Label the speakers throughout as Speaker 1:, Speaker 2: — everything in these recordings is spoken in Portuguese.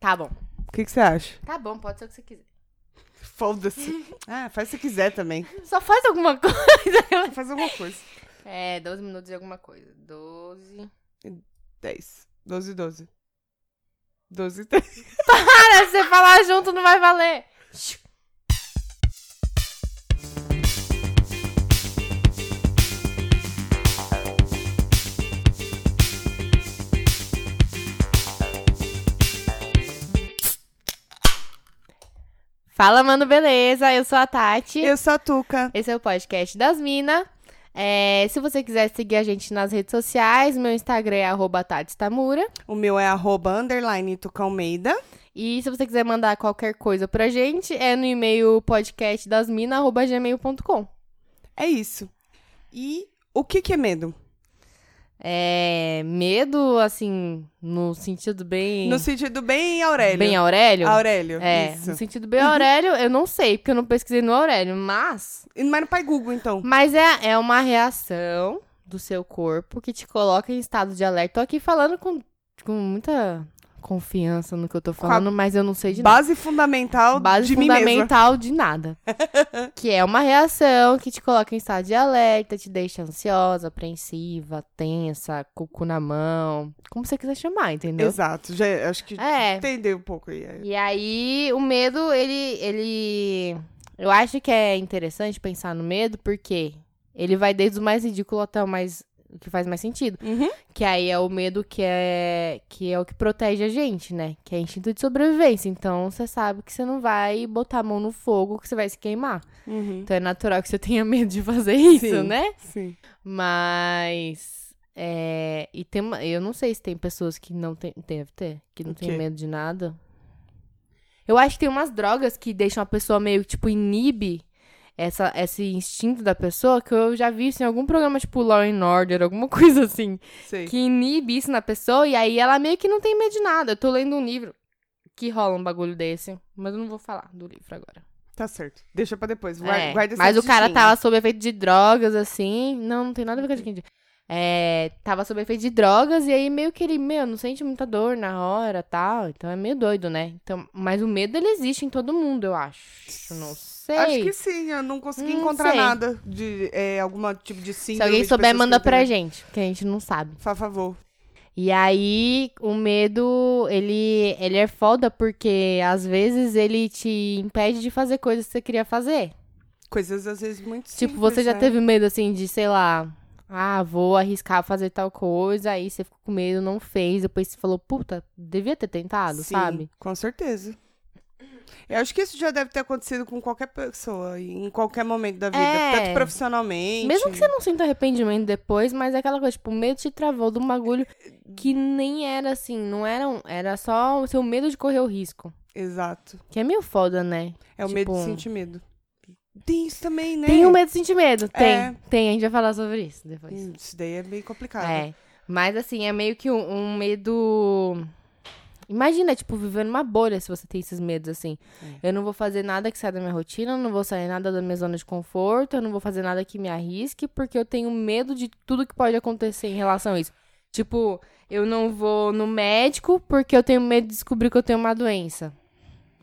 Speaker 1: Tá bom.
Speaker 2: O que, que você acha?
Speaker 1: Tá bom, pode ser o que você quiser.
Speaker 2: Foda-se. Ah, faz se quiser também.
Speaker 1: Só faz alguma coisa.
Speaker 2: Faz alguma coisa.
Speaker 1: É, 12 minutos e alguma coisa. 12.
Speaker 2: 10. 12, 12. 12, 13.
Speaker 1: Cara, se você falar junto, não vai valer. Fala, mano, beleza? Eu sou a Tati.
Speaker 2: Eu sou a Tuca.
Speaker 1: Esse é o podcast das Minas. se você quiser seguir a gente nas redes sociais, meu Instagram é arroba Tati Tamura.
Speaker 2: O meu é arroba underline Tuca Almeida.
Speaker 1: E se você quiser mandar qualquer coisa pra gente, é no e-mail podcastdasmina.gmail.com.
Speaker 2: É isso. E o que, que é medo?
Speaker 1: É. Medo, assim, no sentido bem.
Speaker 2: No sentido bem Aurélio.
Speaker 1: Bem Aurélio?
Speaker 2: Aurélio.
Speaker 1: É,
Speaker 2: Isso.
Speaker 1: no sentido bem Aurélio, eu não sei, porque eu não pesquisei no Aurélio, mas.
Speaker 2: Mas não pai Google, então.
Speaker 1: Mas é, é uma reação do seu corpo que te coloca em estado de alerta. Tô aqui falando com, com muita confiança no que eu tô
Speaker 2: a
Speaker 1: falando, mas eu não sei de nada.
Speaker 2: Base fundamental
Speaker 1: Base
Speaker 2: de mim mesma.
Speaker 1: fundamental de nada. que é uma reação que te coloca em estado de alerta, te deixa ansiosa, apreensiva, tensa, cucu na mão. Como você quiser chamar, entendeu?
Speaker 2: Exato. Já, acho que
Speaker 1: É.
Speaker 2: entendeu um pouco aí. é.
Speaker 1: E aí, o medo, ele, ele. Eu acho que é interessante pensar no medo, porque ele vai desde o mais ridículo até o mais. O que faz mais sentido.
Speaker 2: Uhum.
Speaker 1: Que aí é o medo que é. Que é o que protege a gente, né? Que é instinto de sobrevivência. Então você sabe que você não vai botar a mão no fogo, que você vai se queimar.
Speaker 2: Uhum.
Speaker 1: Então é natural que você tenha medo de fazer isso,
Speaker 2: Sim.
Speaker 1: né?
Speaker 2: Sim.
Speaker 1: Mas. É, e tem, uma- eu não sei se tem pessoas que não tem, deve ter, que não
Speaker 2: O
Speaker 1: tem
Speaker 2: quê?
Speaker 1: medo de nada. Eu acho que tem umas drogas que deixam a pessoa meio, tipo, inibe essa, esse instinto da pessoa, que eu já vi isso em algum programa, tipo, Law and Order, alguma coisa assim,
Speaker 2: Sei.
Speaker 1: que inibe isso na pessoa, e aí ela meio que não tem medo de nada. Eu tô lendo um livro que rola um bagulho desse, mas eu não vou falar do livro agora.
Speaker 2: Tá certo. Deixa pra depois. Guarda,
Speaker 1: É,
Speaker 2: guarda essa
Speaker 1: mas o cara
Speaker 2: tichinha.
Speaker 1: tava sob efeito de drogas, assim. Não, não tem nada a ver com a gente. É, tava sob efeito de drogas e aí meio que ele, meu, não sente muita dor na hora tal. Então é meio doido, né? Então, mas o medo ele existe em todo mundo, eu acho. Não sei.
Speaker 2: Acho que sim, eu não consegui
Speaker 1: Não
Speaker 2: encontrar
Speaker 1: sei.
Speaker 2: nada de é, alguma tipo de síndrome.
Speaker 1: Se alguém
Speaker 2: de
Speaker 1: souber,
Speaker 2: pessoas
Speaker 1: manda
Speaker 2: que
Speaker 1: pra
Speaker 2: tem-
Speaker 1: gente, porque a gente não sabe.
Speaker 2: Faz favor.
Speaker 1: E aí, o medo, ele, ele é foda porque às vezes ele te impede de fazer coisas que você queria fazer.
Speaker 2: Coisas às vezes muito
Speaker 1: Tipo,
Speaker 2: simples,
Speaker 1: você já
Speaker 2: né?
Speaker 1: teve medo assim de, sei lá, ah, vou arriscar fazer tal coisa, aí você ficou com medo, não fez, depois você falou, puta, devia ter tentado,
Speaker 2: Sim,
Speaker 1: sabe?
Speaker 2: Com certeza. Eu acho que isso já deve ter acontecido com qualquer pessoa, em qualquer momento da vida,
Speaker 1: É.
Speaker 2: tanto profissionalmente.
Speaker 1: Mesmo que você não sinta arrependimento depois, mas é aquela coisa, tipo, o medo te travou de um bagulho que nem era assim, não era, um, era só o seu medo de correr o risco.
Speaker 2: Exato.
Speaker 1: Que é meio foda, né?
Speaker 2: É o medo de
Speaker 1: Tipo-
Speaker 2: sentir medo. Tem isso também, né?
Speaker 1: Tem o medo de sentir medo, tem.
Speaker 2: É.
Speaker 1: Tem, a gente vai falar sobre isso depois.
Speaker 2: Hum, Isso daí é bem complicado.
Speaker 1: É. Mas assim, é meio que um, um medo. Imagina, tipo, viver numa bolha se você tem esses medos assim. Eu não vou fazer nada que saia da minha rotina, eu não vou sair nada da minha zona de conforto, eu não vou fazer nada que me arrisque, porque eu tenho medo de tudo que pode acontecer em relação a isso. Tipo, eu não vou no médico porque eu tenho medo de descobrir que eu tenho uma doença.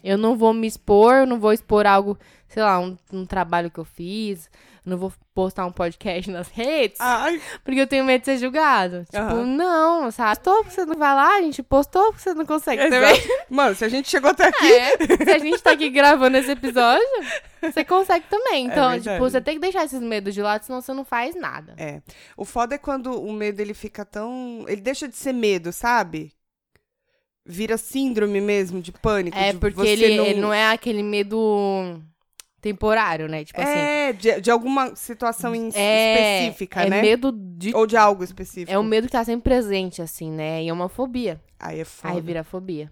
Speaker 1: Eu não vou me expor, eu não vou expor algo, sei lá, um, um trabalho que eu fiz, eu não vou postar um podcast nas redes.
Speaker 2: Ai,
Speaker 1: Porque eu tenho medo de ser julgado. Tipo,
Speaker 2: Aham.
Speaker 1: não, sabe? Postou porque você não vai lá, a gente postou porque você não consegue também.
Speaker 2: exato. Mano, se a gente chegou até aqui.
Speaker 1: É, se a gente tá aqui gravando esse episódio, você consegue também.
Speaker 2: É
Speaker 1: Então,
Speaker 2: verdade.
Speaker 1: tipo, você tem que deixar esses medos de lado, senão você não faz nada.
Speaker 2: É. O foda é quando o medo ele fica tão. Ele deixa de ser medo, sabe? Vira síndrome mesmo, de pânico.
Speaker 1: É,
Speaker 2: tipo, de
Speaker 1: porque
Speaker 2: você
Speaker 1: ele ele
Speaker 2: não...
Speaker 1: não... é aquele medo temporário, né? Tipo assim.
Speaker 2: É, de, de alguma situação em-
Speaker 1: é-
Speaker 2: específica,
Speaker 1: é
Speaker 2: né?
Speaker 1: medo de.
Speaker 2: Ou de algo específico.
Speaker 1: É um medo que tá sempre presente, assim, né? E é uma fobia.
Speaker 2: Aí é foda.
Speaker 1: Aí vira fobia.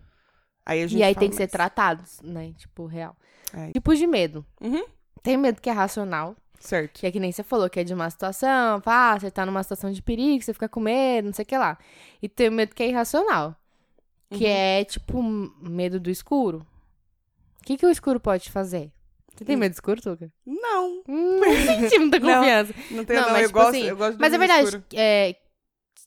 Speaker 2: Aí a gente
Speaker 1: E aí
Speaker 2: fala
Speaker 1: tem que ser
Speaker 2: mais.
Speaker 1: tratado, né? Tipo, real.
Speaker 2: É.
Speaker 1: Tipos de medo.
Speaker 2: Uhum.
Speaker 1: Tem medo que é racional,
Speaker 2: Certo.
Speaker 1: Que é que nem você falou, que é de uma situação, pá, você tá numa situação de perigo, você fica com medo, não sei o que lá. E tem o medo que é irracional. Que é, tipo, m- medo do escuro. O que, que o escuro pode te fazer? Você tem
Speaker 2: Hum.
Speaker 1: medo do escuro, Tuca?
Speaker 2: Não,
Speaker 1: Hum, não senti muita
Speaker 2: Não.
Speaker 1: confiança.
Speaker 2: não tem
Speaker 1: Não,
Speaker 2: não,
Speaker 1: mas,
Speaker 2: eu
Speaker 1: tipo
Speaker 2: gosto,
Speaker 1: assim,
Speaker 2: eu gosto do
Speaker 1: Mas é
Speaker 2: mundo
Speaker 1: verdade,
Speaker 2: escuro.
Speaker 1: é,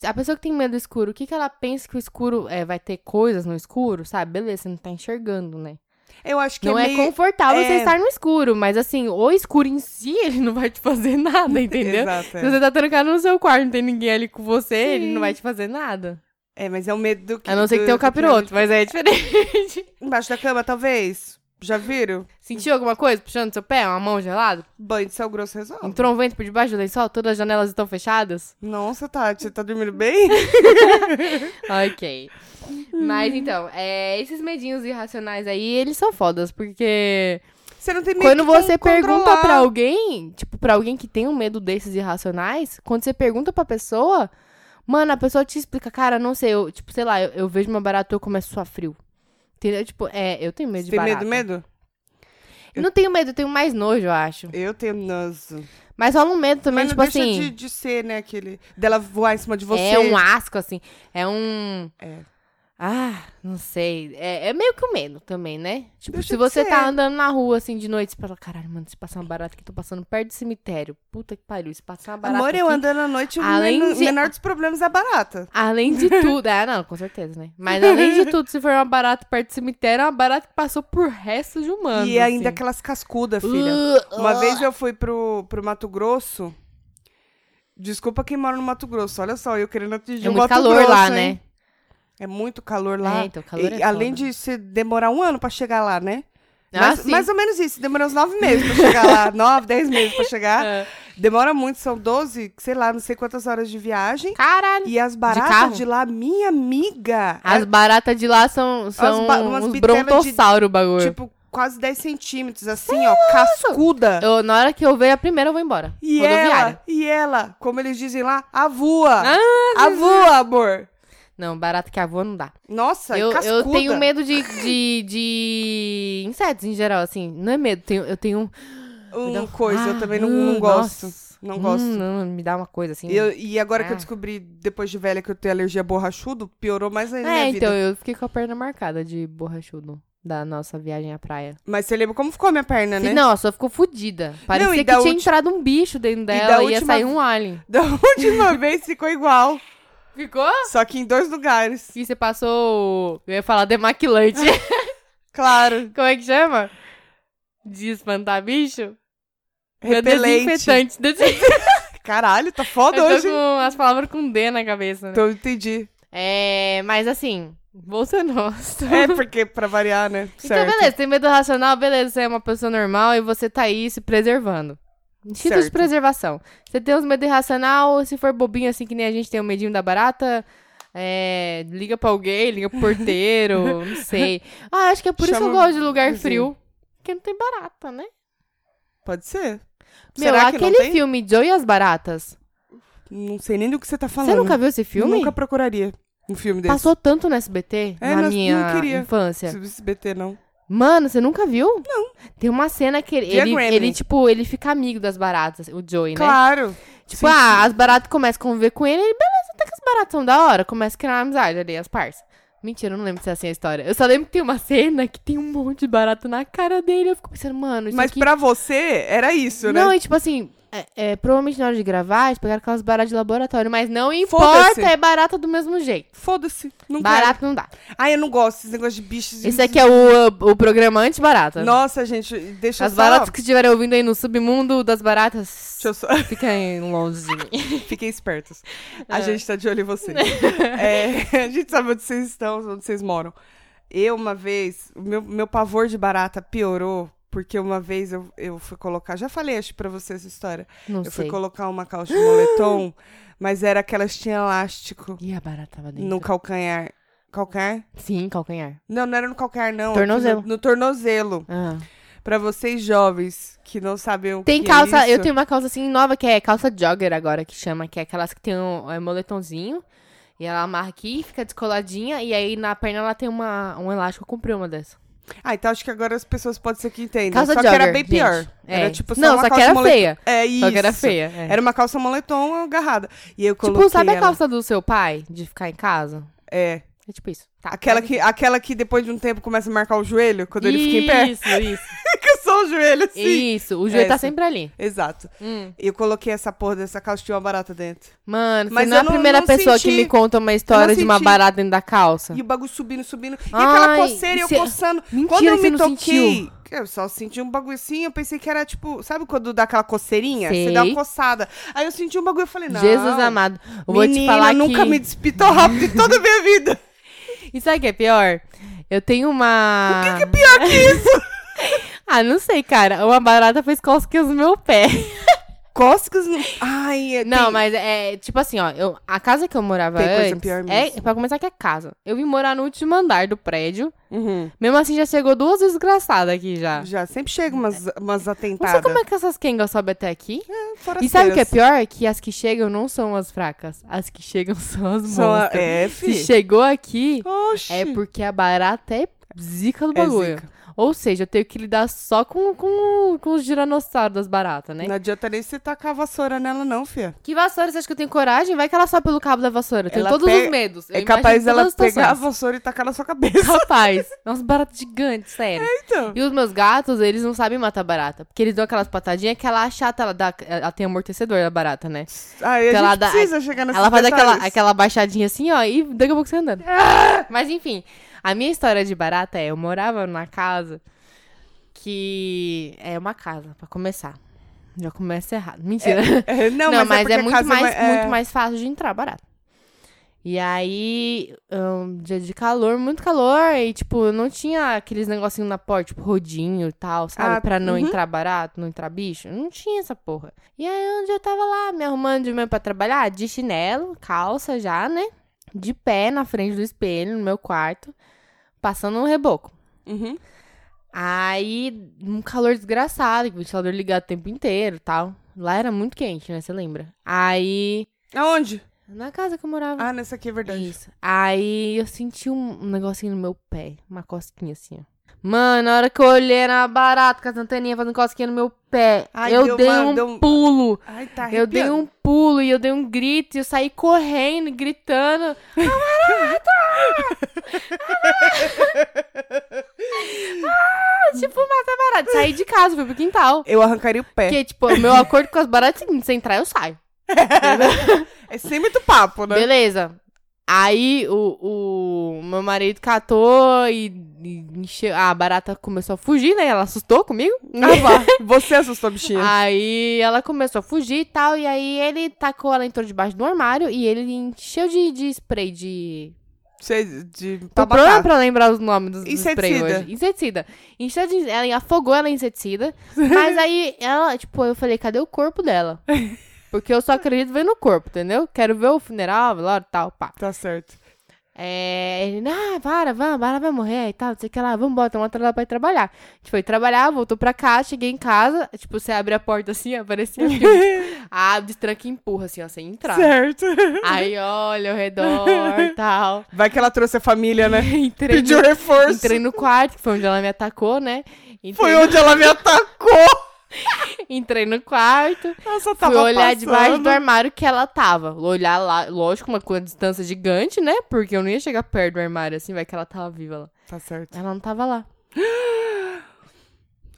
Speaker 1: a pessoa que tem medo do escuro, o que, que ela pensa que o escuro é, vai ter coisas no escuro, sabe? Beleza, você não tá enxergando, né?
Speaker 2: Eu acho que
Speaker 1: não
Speaker 2: é,
Speaker 1: é
Speaker 2: meio...
Speaker 1: confortável
Speaker 2: é.
Speaker 1: você estar no escuro, mas assim, o escuro em si, ele não vai te fazer nada, entendeu?
Speaker 2: Exato, é.
Speaker 1: Se você tá trancado no seu quarto, não tem ninguém ali com você, ele
Speaker 2: Sim.
Speaker 1: não vai te fazer nada.
Speaker 2: É, mas é o medo do que.
Speaker 1: A não ser que
Speaker 2: do-
Speaker 1: tenha o
Speaker 2: do
Speaker 1: capiroto, mas aí é diferente.
Speaker 2: Embaixo da cama, talvez. Já viram?
Speaker 1: Sentiu alguma coisa puxando seu pé, uma mão gelada?
Speaker 2: Banho de sal grosso é resolve.
Speaker 1: Entrou um vento por debaixo do lençol, todas as janelas estão fechadas?
Speaker 2: Nossa, Tati, tá dormindo bem?
Speaker 1: Ok. Mas então, é, esses medinhos irracionais aí, eles são fodas, porque
Speaker 2: Você não tem medo
Speaker 1: quando
Speaker 2: de con-
Speaker 1: você pergunta
Speaker 2: controlar.
Speaker 1: pra alguém, tipo, pra alguém que tem um medo desses irracionais, quando você pergunta pra pessoa, mano, a pessoa te explica, cara, não sei, eu, tipo, sei lá, eu, eu vejo uma barata e eu começo a suar frio. Entendeu? Tipo, é, eu tenho medo de
Speaker 2: Você tem
Speaker 1: barata.
Speaker 2: medo, medo?
Speaker 1: Eu não tenho medo, eu tenho mais nojo, eu acho.
Speaker 2: Eu tenho nojo.
Speaker 1: Mas rola um medo também,
Speaker 2: Mas
Speaker 1: tipo
Speaker 2: não deixa
Speaker 1: assim.
Speaker 2: de, de ser, né, aquele... Dela voar em cima de você.
Speaker 1: É um asco, assim. É um.
Speaker 2: É.
Speaker 1: Ah, não sei. É, é meio que o medo também, né? Tipo,
Speaker 2: Deixa
Speaker 1: se
Speaker 2: de
Speaker 1: você
Speaker 2: ser.
Speaker 1: tá andando na rua, assim, de noite, você fala, caralho, mano, se passar uma barata aqui, tô passando perto do cemitério. Puta que pariu, se passar uma barata
Speaker 2: Amor,
Speaker 1: aqui...
Speaker 2: eu andando à noite, o
Speaker 1: Além
Speaker 2: men-
Speaker 1: de-
Speaker 2: menor dos problemas é a barata.
Speaker 1: Além de tudo... Ah, não, com certeza, né? Mas além de tudo, se for uma barata perto do cemitério, é uma barata que passou por resto de humano,
Speaker 2: e
Speaker 1: assim.
Speaker 2: ainda aquelas cascudas, filha.
Speaker 1: Uh,
Speaker 2: Uma
Speaker 1: uh.
Speaker 2: vez eu fui pro, pro Mato Grosso. Desculpa quem mora no Mato Grosso. Olha só, eu querendo atingir
Speaker 1: É
Speaker 2: o
Speaker 1: muito
Speaker 2: Mato
Speaker 1: calor
Speaker 2: um Grosso,
Speaker 1: lá,
Speaker 2: hein?
Speaker 1: né?
Speaker 2: É muito calor lá.
Speaker 1: É, então, calor é
Speaker 2: e, além
Speaker 1: foda.
Speaker 2: de se demorar um ano pra chegar lá, né?
Speaker 1: Ah,
Speaker 2: mais,
Speaker 1: sim.
Speaker 2: mais ou menos isso. Demorou uns nove meses pra chegar lá. Nove, dez meses pra chegar.
Speaker 1: É.
Speaker 2: Demora muito, são 12, sei lá, não sei quantas horas de viagem.
Speaker 1: Caralho.
Speaker 2: E as baratas
Speaker 1: carro?
Speaker 2: de, lá, minha amiga,
Speaker 1: As baratas de lá são, são
Speaker 2: ba- umas
Speaker 1: uns
Speaker 2: bitelas de-
Speaker 1: brontossauro, o bagulho.
Speaker 2: é, tipo, quase 10 centímetros, assim, ó, cascuda.
Speaker 1: Eu- na hora que eu ver a primeira, eu vou embora.
Speaker 2: E
Speaker 1: Rodoviária.
Speaker 2: ela, e ela, como eles dizem lá, avua.
Speaker 1: Ah,
Speaker 2: avua, amor.
Speaker 1: Não, barato que avô não dá.
Speaker 2: Nossa,
Speaker 1: Eu,
Speaker 2: cascuda.
Speaker 1: eu tenho medo de, de, de insetos em geral, assim. Não é medo, tenho- eu tenho... me dá
Speaker 2: Um
Speaker 1: um-
Speaker 2: coisa,
Speaker 1: Ah,
Speaker 2: eu também não,
Speaker 1: hum,
Speaker 2: não gosto.
Speaker 1: nossa.
Speaker 2: Não
Speaker 1: Hum,
Speaker 2: gosto.
Speaker 1: não, me dá uma coisa, assim.
Speaker 2: Eu- e agora que
Speaker 1: Ah.
Speaker 2: eu descobri, depois de velha, que eu tenho alergia a borrachudo, piorou mais ainda a minha
Speaker 1: É, então,
Speaker 2: vida.
Speaker 1: eu fiquei com a perna marcada de borrachudo da nossa viagem à praia.
Speaker 2: Mas você lembra como ficou a minha perna, né?
Speaker 1: Não, ela só ficou fodida. Parecia
Speaker 2: e
Speaker 1: que
Speaker 2: da
Speaker 1: tinha
Speaker 2: ulti-
Speaker 1: entrado um bicho dentro
Speaker 2: da
Speaker 1: dela e ia
Speaker 2: última-
Speaker 1: sair um alien.
Speaker 2: Da última vez ficou igual.
Speaker 1: Ficou?
Speaker 2: Só que em dois lugares.
Speaker 1: E você passou... Eu ia falar demaquilante.
Speaker 2: Claro.
Speaker 1: Como é que chama? De espantar bicho? É
Speaker 2: Repelente.
Speaker 1: Desinfetante. Desinfetante.
Speaker 2: Caralho, tá foda
Speaker 1: Eu tô
Speaker 2: hoje.
Speaker 1: com as palavras com D na cabeça, né?
Speaker 2: Então eu entendi.
Speaker 1: É, mas assim, vou ser nosso.
Speaker 2: É, porque pra variar, né?
Speaker 1: Então,
Speaker 2: Certo.
Speaker 1: beleza, tem medo racional, beleza, você é uma pessoa normal e você tá aí se preservando. Instinto de
Speaker 2: Certo.
Speaker 1: preservação. Você tem uns medo irracional, se for bobinho assim que nem a gente tem o medinho da barata, é, liga pra alguém, liga pro porteiro, não sei. Ah, acho que é por isso que eu
Speaker 2: Chama
Speaker 1: gosto de lugar
Speaker 2: vizinho.
Speaker 1: frio. Porque não tem barata, né?
Speaker 2: Pode ser.
Speaker 1: Meu,
Speaker 2: Será que
Speaker 1: aquele
Speaker 2: não tem?
Speaker 1: filme Joe e as Baratas.
Speaker 2: Não sei nem do que você tá falando.
Speaker 1: Você nunca viu esse filme?
Speaker 2: Nunca procuraria um filme desse.
Speaker 1: Passou tanto no SBT
Speaker 2: É,
Speaker 1: na
Speaker 2: mas
Speaker 1: minha
Speaker 2: não queria.
Speaker 1: infância.
Speaker 2: Sobre esse BT,
Speaker 1: Né?
Speaker 2: não.
Speaker 1: Mano, você nunca viu? Não. Tem uma cena que ele,
Speaker 2: Dia
Speaker 1: ele,
Speaker 2: Grammy.
Speaker 1: ele, tipo, ele fica amigo das baratas, o Joey, né?
Speaker 2: Claro.
Speaker 1: Tipo, ah, as baratas começam a conviver com ele, ele, beleza, até que as baratas são da hora, começa a criar uma amizade ali, as parças. Mentira, eu não lembro se é assim a história. Eu só lembro que tem uma cena que tem um monte de barata na cara dele. Eu fico pensando, mano, isso
Speaker 2: Mas
Speaker 1: aqui...
Speaker 2: pra você, era isso, né?
Speaker 1: Não, e tipo assim, é- é, provavelmente na hora de gravar, eles pegaram aquelas baratas de laboratório, mas não importa,
Speaker 2: Foda-se.
Speaker 1: é barata do mesmo jeito.
Speaker 2: Foda-se. Não quero.
Speaker 1: Barata não dá.
Speaker 2: Ai, eu não gosto desses negócios de bichos.
Speaker 1: Esse aqui é o, o programa anti-barata.
Speaker 2: Nossa, gente, deixa
Speaker 1: As
Speaker 2: eu só...
Speaker 1: baratas que estiverem ouvindo aí no submundo das baratas,
Speaker 2: Deixa eu só...
Speaker 1: fiquem longe de mim.
Speaker 2: Fiquem espertos.
Speaker 1: É.
Speaker 2: A gente tá de olho em vocês. É, a gente sabe onde vocês estão, onde vocês moram. Eu, uma vez, o meu, meu pavor de barata piorou, porque uma vez eu, eu fui colocar. Já falei, acho, pra você essa história.
Speaker 1: Não
Speaker 2: eu
Speaker 1: sei.
Speaker 2: fui colocar uma calça de moletom, mas era aquelas que tinha elástico
Speaker 1: E a barata tava dentro?
Speaker 2: no calcanhar. Calcanhar?
Speaker 1: Sim, calcanhar.
Speaker 2: Não, não era no calcanhar, não.
Speaker 1: Tornozelo.
Speaker 2: No, no tornozelo.
Speaker 1: Ah.
Speaker 2: Pra vocês jovens que não sabem o
Speaker 1: Tem
Speaker 2: que
Speaker 1: calça,
Speaker 2: é isso.
Speaker 1: eu tenho uma calça assim nova, que é calça jogger agora, que chama, que é aquelas que tem um é, moletomzinho, e ela amarra aqui, fica descoladinha, e aí na perna ela tem uma, um elástico, eu comprei uma dessa.
Speaker 2: Ah, então acho que agora as pessoas podem ser que entendam.
Speaker 1: Calça
Speaker 2: só
Speaker 1: jogger,
Speaker 2: que era bem
Speaker 1: gente.
Speaker 2: pior.
Speaker 1: É.
Speaker 2: Era tipo só
Speaker 1: Não,
Speaker 2: uma
Speaker 1: só que
Speaker 2: calça
Speaker 1: era
Speaker 2: moletom.
Speaker 1: feia.
Speaker 2: É isso.
Speaker 1: Só que era feia. é.
Speaker 2: Era uma calça moletom agarrada. E eu coloquei
Speaker 1: Tipo, sabe a
Speaker 2: ela-
Speaker 1: calça do seu pai, de ficar em casa?
Speaker 2: É.
Speaker 1: É tipo isso. Tá,
Speaker 2: Aquela
Speaker 1: mas-
Speaker 2: que, aquela que depois de um tempo começa a marcar o joelho, quando ele fica em pé.
Speaker 1: Isso, isso.
Speaker 2: Que eu sou o joelho assim.
Speaker 1: Isso, o joelho tá
Speaker 2: Essa.
Speaker 1: sempre ali.
Speaker 2: Exato.
Speaker 1: Hum.
Speaker 2: E eu coloquei essa porra dessa calça, tinha uma barata dentro.
Speaker 1: Mano,
Speaker 2: Mas
Speaker 1: você não é
Speaker 2: eu
Speaker 1: a
Speaker 2: não-
Speaker 1: primeira
Speaker 2: não
Speaker 1: pessoa que
Speaker 2: senti.
Speaker 1: me conta uma história de uma
Speaker 2: senti.
Speaker 1: barata dentro da calça.
Speaker 2: E o bagulho subindo, subindo. E aquela
Speaker 1: Tá. Ai,
Speaker 2: coceira, e eu
Speaker 1: cê-
Speaker 2: coçando.
Speaker 1: Mentira
Speaker 2: Quando eu
Speaker 1: que você
Speaker 2: me
Speaker 1: não
Speaker 2: toquei,
Speaker 1: sentiu.
Speaker 2: eu só senti um bagulho assim, eu pensei que era tipo, sabe quando dá aquela coceirinha?
Speaker 1: Sei.
Speaker 2: Você dá uma coçada. Aí eu senti um bagulho e falei, não.
Speaker 1: Jesus amado. Eu vou
Speaker 2: menina,
Speaker 1: te falar
Speaker 2: eu nunca
Speaker 1: que...
Speaker 2: me despi tão rápido em toda a minha vida.
Speaker 1: E sabe o que é pior? Eu tenho uma... O que, é pior que isso? ah, não sei, cara. Uma barata fez cócegas no meu pé.
Speaker 2: Cócegas no... Ai, é-
Speaker 1: Não,
Speaker 2: tem-
Speaker 1: mas é tipo assim, ó. eu- a casa que eu morava
Speaker 2: Tem coisa
Speaker 1: antes...
Speaker 2: pior
Speaker 1: É,
Speaker 2: mesmo.
Speaker 1: pra começar que é casa. Eu vim morar no último andar do prédio.
Speaker 2: Uhum.
Speaker 1: Mesmo assim, já chegou duas desgraçadas aqui já.
Speaker 2: Já, sempre chega umas, umas
Speaker 1: Não sei
Speaker 2: atentadas.
Speaker 1: como é que essas quengas sobem até aqui.
Speaker 2: Forasteiras.
Speaker 1: E sabe o que é pior? Que as que chegam não são as fracas. As que chegam são as
Speaker 2: São a-
Speaker 1: monstras.
Speaker 2: É,
Speaker 1: Se
Speaker 2: fi.
Speaker 1: chegou aqui,
Speaker 2: Oxi.
Speaker 1: é porque a barata é zica do
Speaker 2: É
Speaker 1: bagulho.
Speaker 2: zica.
Speaker 1: Ou seja, eu tenho que lidar só com, com, com os dinossauros das baratas, né?
Speaker 2: Não adianta nem você tacar a vassoura nela, não, fia.
Speaker 1: Que vassoura, você acha que eu tenho coragem? Vai que ela sobe pelo cabo da vassoura. Eu tenho
Speaker 2: Ela
Speaker 1: todos
Speaker 2: pega-
Speaker 1: os medos. Eu
Speaker 2: é
Speaker 1: imagino
Speaker 2: capaz dela
Speaker 1: todas as
Speaker 2: pegar a
Speaker 1: situações.
Speaker 2: vassoura e tacar na sua cabeça.
Speaker 1: Capaz. É Nossa, barata gigante, sério.
Speaker 2: Então.
Speaker 1: E os meus gatos, eles não sabem matar barata. Porque eles dão aquelas patadinhas que ela achata, ela, dá, ela tem amortecedor da barata, né?
Speaker 2: Aí a
Speaker 1: Então ela
Speaker 2: gente
Speaker 1: dá-
Speaker 2: precisa chegar nessa
Speaker 1: Ela faz aquela, aquela baixadinha assim, ó, e daqui a pouco você andando. Mas enfim, a minha história de barata é, eu morava numa casa que é uma casa, pra começar. Já começa errado. Mentira.
Speaker 2: É, não,
Speaker 1: não,
Speaker 2: mas, é, porque a
Speaker 1: muito,
Speaker 2: casa
Speaker 1: mais,
Speaker 2: é-
Speaker 1: muito mais fácil de entrar barata. E aí, hum, dia de calor, muito calor, e tipo, não tinha aqueles negocinhos na porta, tipo, rodinho e tal, sabe?
Speaker 2: Ah,
Speaker 1: pra não
Speaker 2: uhum.
Speaker 1: entrar barato, não entrar bicho. Não tinha essa porra. E aí, onde eu tava lá, me arrumando de manhã pra trabalhar, de chinelo, calça já, né? De pé na frente do espelho, no meu quarto, passando um reboco.
Speaker 2: Uhum.
Speaker 1: Aí, um calor desgraçado, que o ventilador ligado o tempo inteiro e tal. Lá era muito quente, né? Você lembra? Aí,
Speaker 2: Aonde?
Speaker 1: na casa que eu morava.
Speaker 2: Ah, nessa aqui é verdade.
Speaker 1: Uhum. Isso. Aí eu senti um, um negocinho no meu pé, uma cosquinha assim, ó. Mano, na hora que eu olhei era barato com as anteninhas fazendo cosquinha no meu pé.
Speaker 2: Ai,
Speaker 1: eu
Speaker 2: deu
Speaker 1: dei
Speaker 2: uma-
Speaker 1: um
Speaker 2: deu um-
Speaker 1: pulo.
Speaker 2: Ai, tá
Speaker 1: Eu dei um pulo e eu dei um grito e eu saí correndo, gritando. "Ah, barata! Ah, barata!" Ah, tipo, mata barata. Saí de casa, fui pro quintal.
Speaker 2: Eu arrancaria o pé.
Speaker 1: Porque, tipo, o meu acordo com as baratas é o seguinte, se entrar, eu saio.
Speaker 2: É sem muito papo, né?
Speaker 1: Beleza. Aí o, o meu marido catou e, e encheu. A barata começou a fugir, né? Ela assustou comigo.
Speaker 2: Ah, vá. Você assustou a
Speaker 1: Ah.
Speaker 2: bichinha.
Speaker 1: Aí ela começou a fugir e tal. E aí ele tacou, ela entrou debaixo do armário e ele encheu de, de spray de.
Speaker 2: Você é de
Speaker 1: Tô pronta
Speaker 2: tabacá.
Speaker 1: pra lembrar os nomes dos, dos spray
Speaker 2: Inseticida.
Speaker 1: hoje. Inseticida. Encheu de. Ela afogou ela em inseticida. Mas aí ela, tipo, eu falei, cadê o corpo dela? Porque eu só acredito vendo o corpo, entendeu? Quero ver o funeral, velório e tal, pá.
Speaker 2: Tá certo.
Speaker 1: É, ele, ah, para, vamos, para, vai morrer e tal, não sei o que lá, vamos embora, tem uma hora lá pra ir trabalhar. A gente foi trabalhar, voltou pra cá, cheguei em casa, tipo, você abre a porta assim, aparecia abre, destranca e empurra, assim, ó, sem entrar.
Speaker 2: certo.
Speaker 1: Aí olha ao redor e tal.
Speaker 2: Vai que ela trouxe a família, né?
Speaker 1: Entrei
Speaker 2: Pediu
Speaker 1: no,
Speaker 2: reforço.
Speaker 1: entrei no quarto, que foi onde ela me atacou, né? Entrei,
Speaker 2: Foi onde ela me atacou.
Speaker 1: entrei no quarto,
Speaker 2: Ela só
Speaker 1: fui
Speaker 2: tava
Speaker 1: olhar
Speaker 2: passando.
Speaker 1: debaixo do armário que ela tava. Olhar lá, lógico, uma, uma distância gigante, né? Porque eu não ia chegar perto do armário, assim, vai que ela tava viva lá.
Speaker 2: Tá certo.
Speaker 1: Ela não tava lá.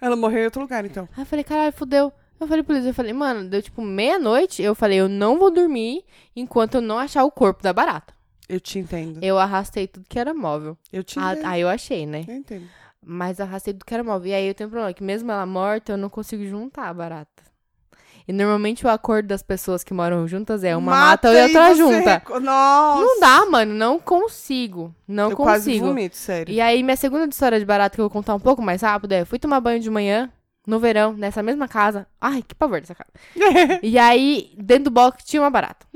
Speaker 2: Ela morreu em outro lugar, então.
Speaker 1: Aí eu falei, caralho, fudeu. Eu falei pro Luiz, eu falei, mano, deu tipo meia-noite. Eu falei, eu não vou dormir enquanto eu não achar o corpo da barata.
Speaker 2: Eu te entendo.
Speaker 1: Eu arrastei tudo que era móvel.
Speaker 2: Eu te
Speaker 1: Ah,
Speaker 2: entendo.
Speaker 1: aí eu achei, né?
Speaker 2: Eu entendo.
Speaker 1: Mas arrastei tudo que era móvel. E aí eu tenho um problema, que mesmo ela morta, eu não consigo juntar a barata. E normalmente o acordo das pessoas que moram juntas é uma mata, e
Speaker 2: e
Speaker 1: outra
Speaker 2: você
Speaker 1: junta.
Speaker 2: reco- Nossa.
Speaker 1: Não dá, mano, não consigo. Não
Speaker 2: eu quase
Speaker 1: consigo.
Speaker 2: vomito, sério.
Speaker 1: E aí, minha segunda história de barato que eu vou contar um pouco mais rápido é: eu fui tomar banho de manhã, no verão, nessa mesma casa. Ai, que pavor dessa casa. e aí, dentro do box tinha uma barata.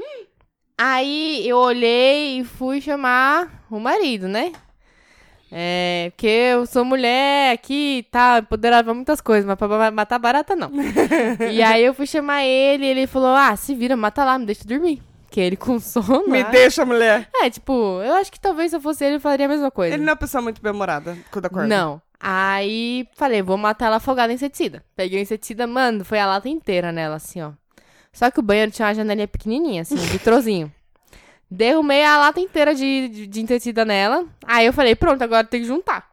Speaker 1: Aí eu olhei e fui chamar o marido, né? É, porque eu sou mulher aqui, tá, empoderada pra muitas coisas, mas pra ba- matar barata não. e aí eu fui chamar ele e ele falou: Ah, se vira, mata lá, me deixa dormir. Que ele com sono.
Speaker 2: Me
Speaker 1: ah.
Speaker 2: deixa, mulher.
Speaker 1: É, tipo, eu acho que talvez se eu fosse ele, eu faria a mesma coisa.
Speaker 2: Ele não é uma pessoa muito bem-humorada quando acorda.
Speaker 1: Não. Aí falei, vou matar ela afogada em inseticida. Peguei o inseticida, mano, foi a lata inteira nela, assim, ó. Só que o banheiro tinha uma janelinha pequenininha, assim, um vitrozinho. Derrumei a lata inteira de, de, de inseticida nela. Aí eu falei, pronto, agora tem que juntar.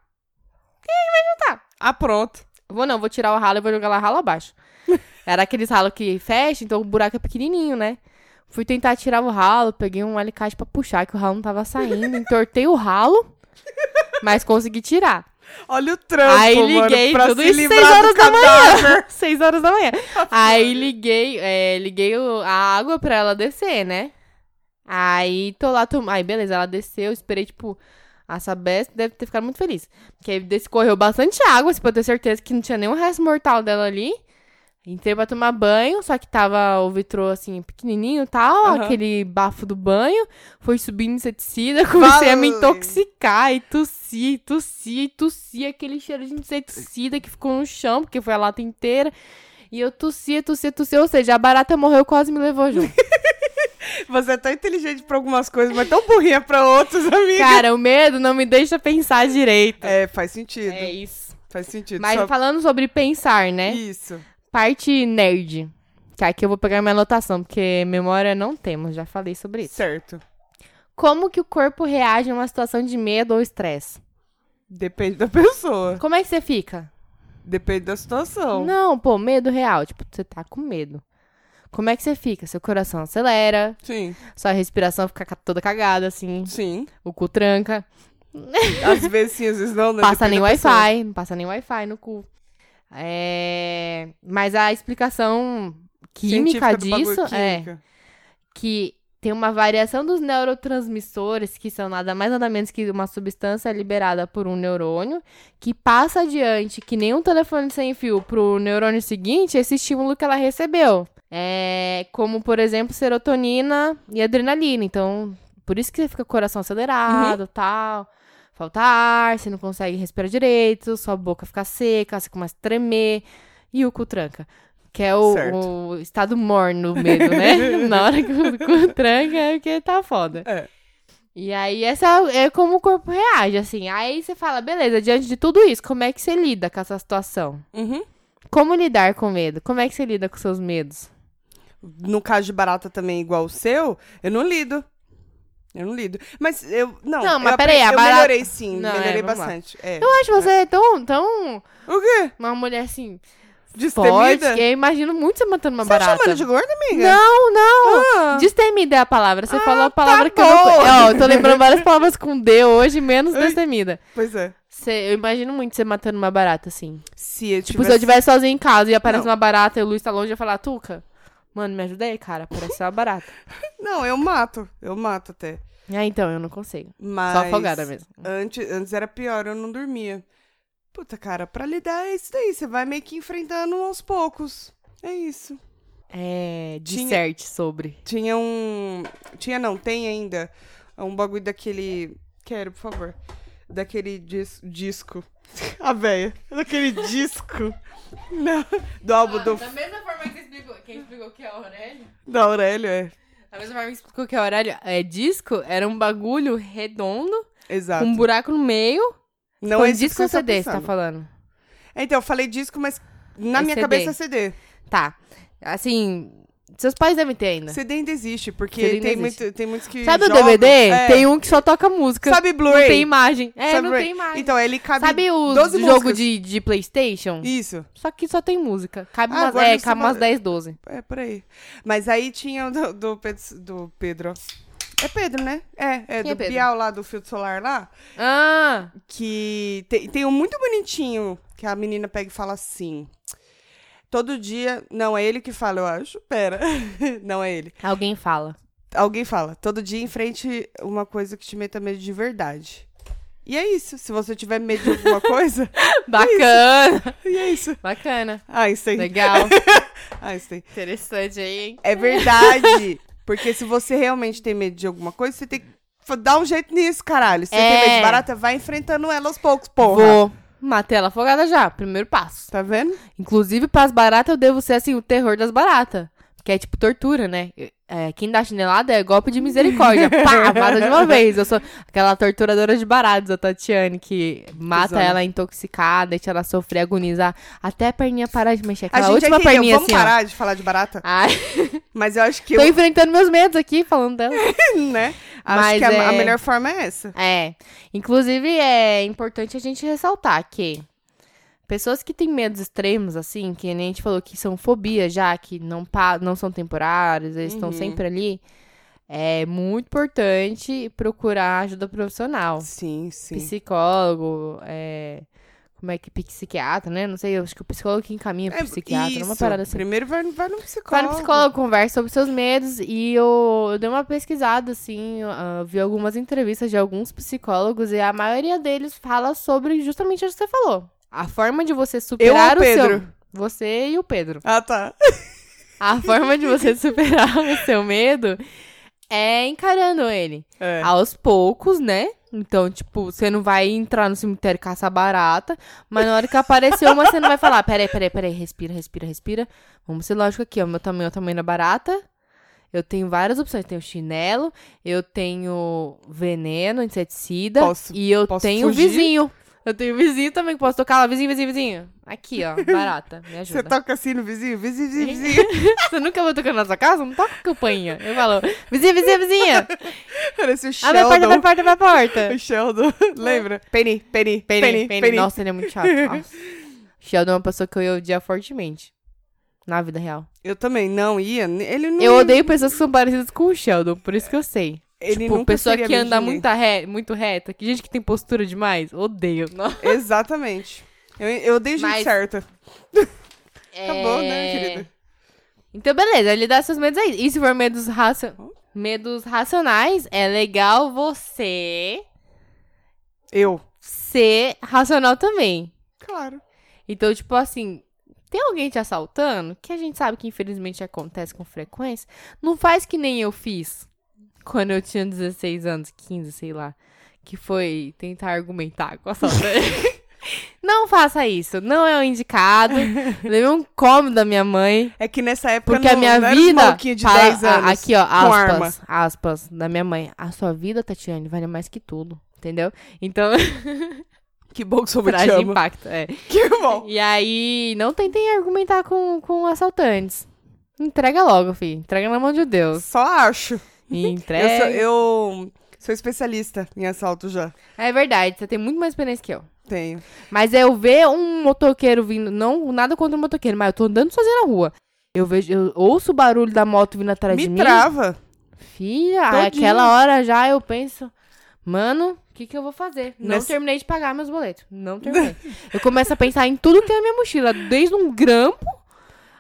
Speaker 2: Ah, pronto.
Speaker 1: Vou não, vou tirar o ralo e vou jogar lá ralo abaixo. Era aqueles ralo que fecha, então o buraco é pequenininho, né? Fui tentar tirar o ralo, peguei um alicate pra puxar, que o ralo não tava saindo. Entortei o ralo, mas consegui tirar.
Speaker 2: Olha o trampo,
Speaker 1: Aí
Speaker 2: mano,
Speaker 1: liguei
Speaker 2: pra
Speaker 1: tudo
Speaker 2: se
Speaker 1: isso
Speaker 2: livrar
Speaker 1: seis horas
Speaker 2: do
Speaker 1: da
Speaker 2: cadáver.
Speaker 1: manhã. Seis horas da manhã. Aí liguei, é, liguei o- a água pra ela descer, né? Aí tô lá, tom... aí beleza, ela desceu, esperei, tipo, a Sabesp deve ter ficado muito feliz. Porque desse- correu bastante água, assim, pra eu ter certeza que não tinha nenhum resto mortal dela ali. Entrei pra tomar banho, só que tava o vitrô, assim, pequenininho e tal,
Speaker 2: Aham.
Speaker 1: aquele bafo do banho. Foi subindo inseticida, comecei a me
Speaker 2: Fala,
Speaker 1: intoxicar e tossi, e tossi, e tossi, aquele cheiro de inseticida que ficou no chão, porque foi a lata inteira. E eu tossia, tossia, tossia, ou seja, a barata morreu quase me levou junto.
Speaker 2: Você é tão inteligente pra algumas coisas, mas tão burrinha pra outras, amiga.
Speaker 1: Cara, o medo não me deixa pensar direito. É,
Speaker 2: É, faz sentido.
Speaker 1: isso.
Speaker 2: Faz sentido.
Speaker 1: Mas
Speaker 2: Só-
Speaker 1: falando sobre pensar, né?
Speaker 2: Isso.
Speaker 1: Parte nerd. Que aqui eu vou pegar minha anotação, porque memória não temos, já falei sobre isso.
Speaker 2: Certo.
Speaker 1: Como que o corpo reage a uma situação de medo ou estresse?
Speaker 2: Depende da pessoa.
Speaker 1: Como é que você fica?
Speaker 2: Depende da situação.
Speaker 1: Não, pô, medo real. Tipo, você tá com medo. Como é que você fica? Seu coração acelera,
Speaker 2: Sim,
Speaker 1: sua respiração fica ca- toda cagada, assim,
Speaker 2: sim.
Speaker 1: o cu tranca,
Speaker 2: Às vezes sim, às vezes não. né?
Speaker 1: passa
Speaker 2: Depende
Speaker 1: nem
Speaker 2: da pessoa.
Speaker 1: Wi-Fi, não passa nem Wi-Fi no cu. É... Mas a explicação química
Speaker 2: Científica do bagulho,
Speaker 1: disso é
Speaker 2: química.
Speaker 1: que tem uma variação dos neurotransmissores, que são nada mais nada menos que uma substância liberada por um neurônio, que passa adiante, que nem um telefone sem fio, pro neurônio seguinte, esse estímulo que ela recebeu. É como, por exemplo, serotonina e adrenalina. Então, por isso que você fica com o coração acelerado
Speaker 2: Uhum.
Speaker 1: tal. Falta ar, você não consegue respirar direito, sua boca fica seca, você começa a tremer e o cu tranca. Que é o,
Speaker 2: Certo.
Speaker 1: o estado morno do medo, né? Na hora que o cu tranca é porque tá foda.
Speaker 2: É.
Speaker 1: E aí, essa é como o corpo reage, assim. Aí você fala, beleza, diante de tudo isso, como é que você lida com essa situação?
Speaker 2: Uhum.
Speaker 1: Como lidar com medo? Como é que você lida com seus medos?
Speaker 2: No caso de barata também igual o seu, eu não lido. Eu não lido. Mas eu. Não,
Speaker 1: Não, mas
Speaker 2: eu
Speaker 1: peraí,
Speaker 2: apre-
Speaker 1: a
Speaker 2: Eu
Speaker 1: barata-
Speaker 2: melhorei sim,
Speaker 1: Não, é,
Speaker 2: melhorei
Speaker 1: vamos lá.
Speaker 2: bastante. É.
Speaker 1: Eu acho você tão, tão...
Speaker 2: O quê?
Speaker 1: Uma mulher, assim, forte.
Speaker 2: Destemida?
Speaker 1: que eu imagino muito você matando uma
Speaker 2: Você tá
Speaker 1: barata.
Speaker 2: chamando de gorda, amiga?
Speaker 1: Não, não!
Speaker 2: Ah.
Speaker 1: Destemida é a palavra. Você falou a palavra
Speaker 2: tá
Speaker 1: que eu não...
Speaker 2: bom.
Speaker 1: Ó, eu tô lembrando várias palavras com D hoje, menos
Speaker 2: Ai.
Speaker 1: destemida.
Speaker 2: Pois é.
Speaker 1: Você- eu imagino muito você matando uma barata, assim.
Speaker 2: Se eu
Speaker 1: Tipo,
Speaker 2: tivesse...
Speaker 1: se eu estiver sozinha em casa e aparece
Speaker 2: Não.
Speaker 1: uma barata e o Luiz tá longe, eu ia falar, Tuca, mano, me ajuda aí, cara. Parece uma barata.
Speaker 2: Não, eu mato. Eu mato até.
Speaker 1: ah, então, eu não consigo.
Speaker 2: Mas...
Speaker 1: Só afogada mesmo.
Speaker 2: Antes, antes era pior, eu não dormia. Puta, cara, pra lidar é isso daí. Você vai meio que enfrentando aos poucos. É isso.
Speaker 1: É,
Speaker 2: Tinha-
Speaker 1: disserte sobre.
Speaker 2: Tinha um. Tinha não, tem ainda. Um bagulho daquele. Quero, por favor. Daquele dis- disco. A véia. Daquele disco. Não. Do álbum do,
Speaker 1: Ah, mesma forma que explicou, quem explicou que é Aurélio,
Speaker 2: da Aurélio, é.
Speaker 1: da mesma forma que explicou que é Aurélio, é disco, era um bagulho redondo,
Speaker 2: Exato.
Speaker 1: com um buraco no meio.
Speaker 2: Não
Speaker 1: foi
Speaker 2: é
Speaker 1: disco ou
Speaker 2: isso que
Speaker 1: CD,
Speaker 2: você
Speaker 1: você
Speaker 2: tá
Speaker 1: tá
Speaker 2: pensando.
Speaker 1: falando?
Speaker 2: Então, eu falei disco, mas na
Speaker 1: É
Speaker 2: minha
Speaker 1: CD.
Speaker 2: cabeça é CD.
Speaker 1: Tá. Assim, seus pais devem ter ainda.
Speaker 2: CD ainda existe, porque
Speaker 1: CD ainda
Speaker 2: tem,
Speaker 1: existe.
Speaker 2: muito- tem muitos que.
Speaker 1: Sabe
Speaker 2: jogam,
Speaker 1: o DVD?
Speaker 2: é.
Speaker 1: Tem um que só toca música.
Speaker 2: Sabe
Speaker 1: não tem
Speaker 2: Blu-ray?
Speaker 1: imagem. É,
Speaker 2: Sabe
Speaker 1: não
Speaker 2: Blu-ray?
Speaker 1: tem imagem.
Speaker 2: Então, ele cabe.
Speaker 1: Sabe o
Speaker 2: 12
Speaker 1: jogo
Speaker 2: músicas.
Speaker 1: de, de Playstation?
Speaker 2: Isso.
Speaker 1: Só que só tem música. Cabe,
Speaker 2: Ah,
Speaker 1: umas,
Speaker 2: agora
Speaker 1: é,
Speaker 2: você
Speaker 1: cabe
Speaker 2: vai-
Speaker 1: umas 10, 12.
Speaker 2: É, por aí. Mas aí tinha o do, do Pedro, do Pedro. É Pedro, né? É, é
Speaker 1: Quem é
Speaker 2: do
Speaker 1: Pedro?
Speaker 2: Bial lá, do filtro solar lá.
Speaker 1: Ah!
Speaker 2: Que tem, tem um muito bonitinho que a menina pega e fala assim. Todo dia. Não, é ele que fala, eu acho. Pera. Não é ele.
Speaker 1: Alguém fala.
Speaker 2: Alguém fala. Todo dia enfrente uma coisa que te meta medo de verdade. E é isso. Se você tiver medo de alguma coisa.
Speaker 1: Bacana!
Speaker 2: e é isso.
Speaker 1: Bacana.
Speaker 2: Einstein.
Speaker 1: Legal.
Speaker 2: Einstein.
Speaker 1: Interessante aí, hein?
Speaker 2: É verdade. Porque se você realmente tem medo de alguma coisa, você tem que fa- dar um jeito nisso, caralho. Se você
Speaker 1: É.
Speaker 2: tem medo de barata, vai enfrentando ela aos poucos, porra.
Speaker 1: Vou. Matei ela afogada já. Primeiro passo.
Speaker 2: Tá vendo?
Speaker 1: Inclusive, pras baratas, eu devo ser, assim, o terror das baratas. Que é tipo tortura, né? Eu- é, quem dá chinelada é golpe de misericórdia. Pá, mata de uma vez. Eu sou aquela torturadora de baratas, a Tatiane, que mata
Speaker 2: Cusona.
Speaker 1: ela intoxicada, deixa ela sofrer, agonizar, até a perninha parar de mexer.
Speaker 2: A
Speaker 1: Aquela
Speaker 2: gente
Speaker 1: última
Speaker 2: é que-
Speaker 1: perninha,
Speaker 2: Vamos
Speaker 1: assim, ó.
Speaker 2: parar de falar de barata?
Speaker 1: Ai,
Speaker 2: Mas eu acho que,
Speaker 1: tô
Speaker 2: eu,
Speaker 1: enfrentando meus medos aqui, falando dela.
Speaker 2: né?
Speaker 1: Mas
Speaker 2: Acho que a- a,
Speaker 1: é-
Speaker 2: melhor forma é essa.
Speaker 1: É. Inclusive, é importante a gente ressaltar que Pessoas que têm medos extremos, assim, que nem a gente falou que são fobia já, que não, pa não são temporários, eles estão
Speaker 2: Uhum.
Speaker 1: sempre ali. É muito importante procurar ajuda profissional.
Speaker 2: Sim, sim.
Speaker 1: Psicólogo, é, como é que psiquiatra, né? Não sei, eu acho que o psicólogo que encaminha pro psiquiatra, uma
Speaker 2: É, isso.
Speaker 1: parada assim.
Speaker 2: Primeiro vai, vai no psicólogo.
Speaker 1: Vai no psicólogo, conversa sobre seus medos. E eu, eu dei uma pesquisada, assim, ah, vi algumas entrevistas de alguns psicólogos e a maioria deles fala sobre justamente o que você falou. A forma de você superar
Speaker 2: ou o Pedro?
Speaker 1: seu. Você e o Pedro.
Speaker 2: Ah, tá.
Speaker 1: A forma de você superar o seu medo é encarando ele.
Speaker 2: É.
Speaker 1: Aos poucos, né? Então, tipo, você não vai entrar no cemitério e caçar barata, mas na hora que aparecer uma, você não vai falar, peraí, peraí, peraí, respira, respira, respira. Vamos ser lógico aqui, ó, meu tamanho é o tamanho da barata. Eu tenho várias opções, eu tenho chinelo, eu tenho veneno, inseticida,
Speaker 2: Posso-
Speaker 1: e eu
Speaker 2: posso
Speaker 1: tenho
Speaker 2: fugir?
Speaker 1: vizinho. Eu tenho vizinho também que posso tocar lá, vizinho, vizinho, vizinho. Aqui, ó, barata, me ajuda.
Speaker 2: Você toca assim no vizinho, vizinho, vizinho, vizinho.
Speaker 1: Você nunca vai tocar na sua casa? Não toca com campainha. Eu falo, vizinha, vizinha, vizinha.
Speaker 2: Parece o
Speaker 1: Abre a porta, abre a
Speaker 2: Sheldon.
Speaker 1: porta, abre a porta.
Speaker 2: O Sheldon, lembra? Penny, Penny, Penny, Penny.
Speaker 1: Nossa, ele é muito chato. Nossa. Sheldon é uma pessoa que eu ia odiar fortemente. Na vida real.
Speaker 2: Eu também não ia. Ele não
Speaker 1: Eu
Speaker 2: ia-
Speaker 1: odeio pessoas que são parecidas com o Sheldon, por isso que eu sei.
Speaker 2: Ele
Speaker 1: tipo,
Speaker 2: nunca
Speaker 1: pessoa
Speaker 2: seria
Speaker 1: que
Speaker 2: amigo de
Speaker 1: anda
Speaker 2: ninguém.
Speaker 1: muito, re... muito reta, que gente que tem postura demais, odeio. Nossa.
Speaker 2: Exatamente. Eu, eu odeio gente
Speaker 1: Mas-
Speaker 2: certa. Acabou, né,
Speaker 1: É.
Speaker 2: querida?
Speaker 1: Então, beleza, ele dá seus medos aí. E se for medos, raci...
Speaker 2: Hum?
Speaker 1: medos racionais, é legal você
Speaker 2: Eu.
Speaker 1: ser racional também.
Speaker 2: Claro.
Speaker 1: Então, tipo assim, tem alguém te assaltando, que a gente sabe que infelizmente acontece com frequência, não faz que nem eu fiz quando eu tinha 16 anos, 15, sei lá, que foi tentar argumentar com o assaltante. não faça isso, não é o indicado. Levei um como da minha mãe.
Speaker 2: É que nessa época
Speaker 1: Porque
Speaker 2: não,
Speaker 1: a minha
Speaker 2: não era os
Speaker 1: vida.
Speaker 2: maluquinhos de
Speaker 1: fala-
Speaker 2: 10
Speaker 1: a-
Speaker 2: anos.
Speaker 1: aqui, ó,
Speaker 2: com
Speaker 1: aspas, aspas, da minha mãe. A sua vida, Tatiane, vale mais que tudo. Entendeu? Então,
Speaker 2: Que bom que sou muito
Speaker 1: traz
Speaker 2: chama.
Speaker 1: impacto. É.
Speaker 2: Que bom.
Speaker 1: E aí, não tentem argumentar com, com assaltantes. Entrega logo, fi. Entrega na mão de Deus.
Speaker 2: Só acho.
Speaker 1: E
Speaker 2: Eu
Speaker 1: Entrega.
Speaker 2: sou, eu sou especialista em assalto já.
Speaker 1: É verdade, você tem muito mais experiência que eu.
Speaker 2: Tenho.
Speaker 1: Mas eu ver um motoqueiro vindo, não nada contra o motoqueiro, mas eu tô andando sozinha na rua. Eu vejo, eu ouço o barulho da moto vindo atrás de
Speaker 2: Me
Speaker 1: mim.
Speaker 2: trava.
Speaker 1: Filha,
Speaker 2: Todinho.
Speaker 1: aquela hora já eu penso, mano, o que, que eu vou fazer? Não
Speaker 2: Nessa-
Speaker 1: terminei de pagar meus boletos. Não terminei. eu começo a pensar em tudo que tem na minha mochila, desde um grampo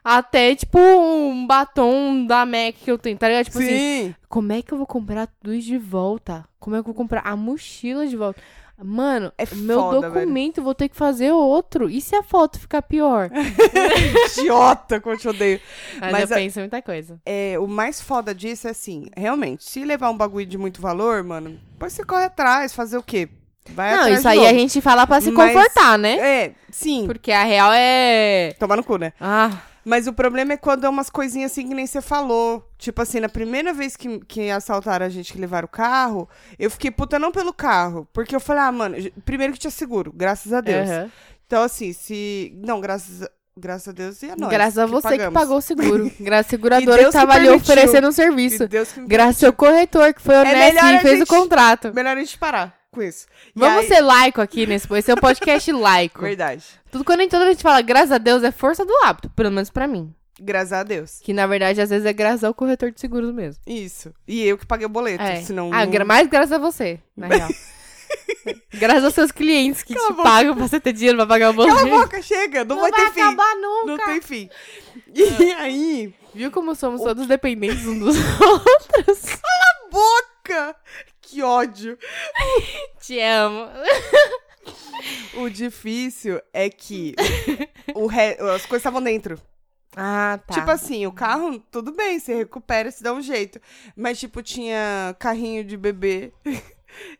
Speaker 1: até, tipo, um batom da MAC que eu tenho, tá ligado? Tipo assim,
Speaker 2: Sim.
Speaker 1: como é que eu vou comprar tudo isso de volta? Como é que eu vou comprar a mochila de volta? Mano,
Speaker 2: É
Speaker 1: meu
Speaker 2: foda, velho.
Speaker 1: documento, eu vou ter que fazer outro. E se a foto ficar pior?
Speaker 2: Idiota, como eu te odeio.
Speaker 1: Mas,
Speaker 2: Mas
Speaker 1: eu
Speaker 2: a-
Speaker 1: penso em muita coisa.
Speaker 2: É, o mais foda disso é assim, realmente, se levar um bagulho de muito valor, mano, depois você corre atrás, fazer o quê? Vai
Speaker 1: Não,
Speaker 2: É atrás
Speaker 1: isso
Speaker 2: de
Speaker 1: aí é
Speaker 2: novo.
Speaker 1: a gente fala pra se
Speaker 2: Mas-
Speaker 1: confortar, né?
Speaker 2: É, sim.
Speaker 1: Porque a real é.
Speaker 2: Tomar no cu, né?
Speaker 1: Ah,
Speaker 2: Mas o problema é quando é umas coisinhas assim que nem você falou. Tipo assim, na primeira vez que, que assaltaram a gente, que levaram o carro, eu fiquei puta não pelo carro. Porque eu falei, ah, mano, j- primeiro que tinha seguro, graças a Deus.
Speaker 1: aham.
Speaker 2: Então, assim, se. Não, graças a, graças a Deus e a nós.
Speaker 1: graças a
Speaker 2: É que
Speaker 1: você que
Speaker 2: pagamos.
Speaker 1: pagou o seguro. Graças à
Speaker 2: E
Speaker 1: seguradora que
Speaker 2: Deus que
Speaker 1: tava ali
Speaker 2: permitiu.
Speaker 1: oferecendo um
Speaker 2: E
Speaker 1: serviço.
Speaker 2: Deus que me...
Speaker 1: Graças ao corretor que foi honesto
Speaker 2: melhor
Speaker 1: e
Speaker 2: a
Speaker 1: fez
Speaker 2: gente-
Speaker 1: o contrato.
Speaker 2: Melhor a gente parar com isso. E
Speaker 1: Vamos
Speaker 2: aí-
Speaker 1: ser laico aqui nesse esse é o podcast laico.
Speaker 2: Verdade.
Speaker 1: Tudo quando a gente, toda a gente fala graças a Deus é força do hábito, pelo menos pra mim.
Speaker 2: Graças a Deus.
Speaker 1: Que na verdade às vezes é graças ao corretor de seguros mesmo.
Speaker 2: Isso. E eu que paguei o boleto,
Speaker 1: É.
Speaker 2: senão...
Speaker 1: Ah,
Speaker 2: não-
Speaker 1: gra- mais graças a você, na real. graças aos seus clientes que
Speaker 2: Cala a
Speaker 1: te
Speaker 2: boca.
Speaker 1: pagam pra você ter dinheiro pra pagar o
Speaker 2: Cala a
Speaker 1: boleto.
Speaker 2: boca, chega, não, vai, ter fim.
Speaker 1: Uhum. acabar nunca.
Speaker 2: Não tem fim. E aí...
Speaker 1: Viu como somos todos dependentes uns dos outros?
Speaker 2: boca! Que ódio!
Speaker 1: Te amo.
Speaker 2: O difícil é que o re- as coisas estavam dentro.
Speaker 1: Ah, tá.
Speaker 2: Tipo assim, o carro, tudo bem, você recupera, se dá um jeito. Mas, tipo, tinha carrinho de bebê.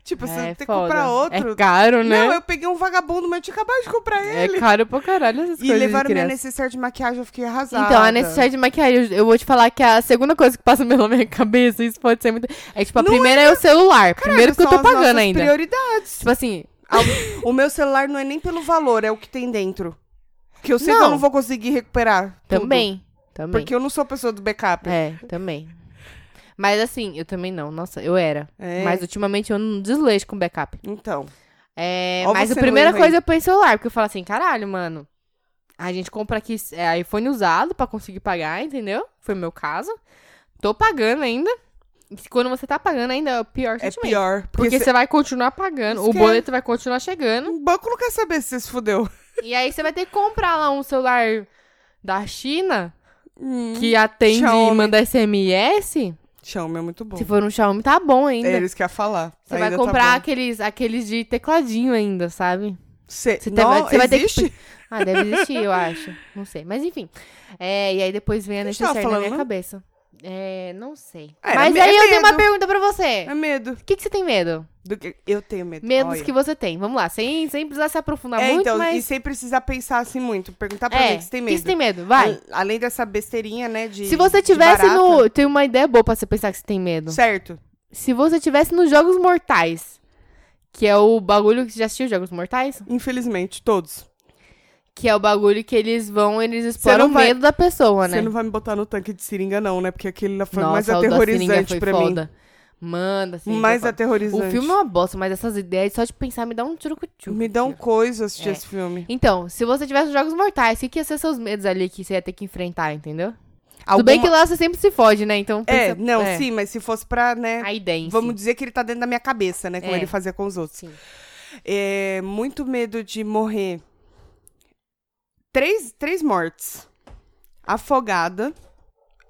Speaker 2: tipo, você tem que comprar outro.
Speaker 1: É caro, né?
Speaker 2: Não, eu peguei um vagabundo, mas eu tinha acabado de comprar ele.
Speaker 1: É caro pra caralho essas
Speaker 2: E
Speaker 1: coisas. de
Speaker 2: levaram minha
Speaker 1: criança.
Speaker 2: necessaire de maquiagem, eu fiquei arrasada.
Speaker 1: Então, a necessidade de maquiagem, eu- eu vou te falar que a segunda coisa que passa pela minha cabeça, isso pode ser muito. É tipo, a
Speaker 2: Não
Speaker 1: primeira é, o celular. primeiro que eu
Speaker 2: São
Speaker 1: tô
Speaker 2: as
Speaker 1: pagando
Speaker 2: nossas
Speaker 1: ainda.
Speaker 2: prioridades.
Speaker 1: Tipo assim,
Speaker 2: Ao- o meu celular não é nem pelo valor, é o que tem dentro. Que eu sei que eu
Speaker 1: Não.
Speaker 2: não vou conseguir recuperar. tudo.
Speaker 1: também. Também.
Speaker 2: Porque eu não sou pessoa do backup.
Speaker 1: É, também. Mas assim, eu também não. Nossa, eu era.
Speaker 2: É,
Speaker 1: Mas ultimamente eu não desleixo com backup.
Speaker 2: Então,
Speaker 1: É,
Speaker 2: Ó
Speaker 1: mas a
Speaker 2: você no
Speaker 1: primeira
Speaker 2: evento.
Speaker 1: coisa eu põe celular, porque eu falo assim, caralho, mano. A gente compra aqui é, iPhone usado pra conseguir pagar, entendeu? Foi o meu caso. Tô pagando ainda. E quando você tá pagando ainda é o pior
Speaker 2: É
Speaker 1: sentimento.
Speaker 2: pior. Porque,
Speaker 1: Porque
Speaker 2: cê- é
Speaker 1: você vai continuar pagando, o
Speaker 2: Esquece.
Speaker 1: boleto vai continuar chegando.
Speaker 2: o banco não quer saber se você se fudeu.
Speaker 1: e aí você vai ter que comprar lá um celular da China que atende e
Speaker 2: Hum, Xiaomi.
Speaker 1: manda SMS.
Speaker 2: Chama é muito bom.
Speaker 1: Se for um Xiaomi, tá bom ainda.
Speaker 2: É eles que ia falar. tá
Speaker 1: Você vai comprar aqueles, aqueles de tecladinho ainda, sabe?
Speaker 2: Você
Speaker 1: Você tem-
Speaker 2: não,
Speaker 1: você vai ter que-
Speaker 2: existe?
Speaker 1: Ah, deve existir, eu acho. Não sei. Mas enfim. É, e aí depois vem a
Speaker 2: A gente tava
Speaker 1: necessaire na minha
Speaker 2: falando, né?
Speaker 1: cabeça. É, não sei.
Speaker 2: É,
Speaker 1: Mas
Speaker 2: é
Speaker 1: aí eu tenho
Speaker 2: medo.
Speaker 1: uma pergunta pra você.
Speaker 2: É medo.
Speaker 1: O que, que você tem medo?
Speaker 2: Do que... Eu tenho medo.
Speaker 1: Medos
Speaker 2: Olha.
Speaker 1: que você tem. Vamos lá, sem, sem precisar se aprofundar
Speaker 2: É,
Speaker 1: muito,
Speaker 2: então, e
Speaker 1: mas.
Speaker 2: sem precisar pensar assim muito. Perguntar pra
Speaker 1: é,
Speaker 2: mim que você tem medo.
Speaker 1: que você tem medo? Vai.
Speaker 2: Al- Além dessa besteirinha, né, de
Speaker 1: se você
Speaker 2: de
Speaker 1: tivesse
Speaker 2: barata.
Speaker 1: no. Tem uma ideia boa pra você pensar que você tem medo.
Speaker 2: Certo.
Speaker 1: Se você tivesse nos Jogos Mortais, que é o bagulho que você já assistiu Jogos Mortais?
Speaker 2: Infelizmente, todos.
Speaker 1: Que é o bagulho que eles vão, eles exploram o
Speaker 2: não vai-
Speaker 1: medo da pessoa, né?
Speaker 2: Você não vai me botar no tanque de seringa, não, né? Porque aquele lá foi
Speaker 1: Nossa,
Speaker 2: mais
Speaker 1: o da seringa
Speaker 2: aterrorizante
Speaker 1: foi
Speaker 2: pra mim.
Speaker 1: foda. Manda, assim.
Speaker 2: mais
Speaker 1: foi foda.
Speaker 2: aterrorizante.
Speaker 1: O filme é uma bosta, mas essas ideias, só de pensar, me dá um tchurucu-tchu.
Speaker 2: Me dá um coisa assistir
Speaker 1: É.
Speaker 2: esse filme.
Speaker 1: Então, se você tivesse os Jogos Mortais, o que, que ia ser seus medos ali que você ia ter que enfrentar, entendeu? Tudo
Speaker 2: Alguma-
Speaker 1: bem que lá você sempre se fode, né? Então, pensa,
Speaker 2: É, não,
Speaker 1: é,
Speaker 2: sim, mas se fosse pra, né?
Speaker 1: A ideia em
Speaker 2: Vamos
Speaker 1: si.
Speaker 2: dizer que ele tá dentro da minha cabeça, né? Como
Speaker 1: É.
Speaker 2: ele fazia com os outros.
Speaker 1: Sim.
Speaker 2: É, muito medo de morrer. Três, três mortes. Afogada,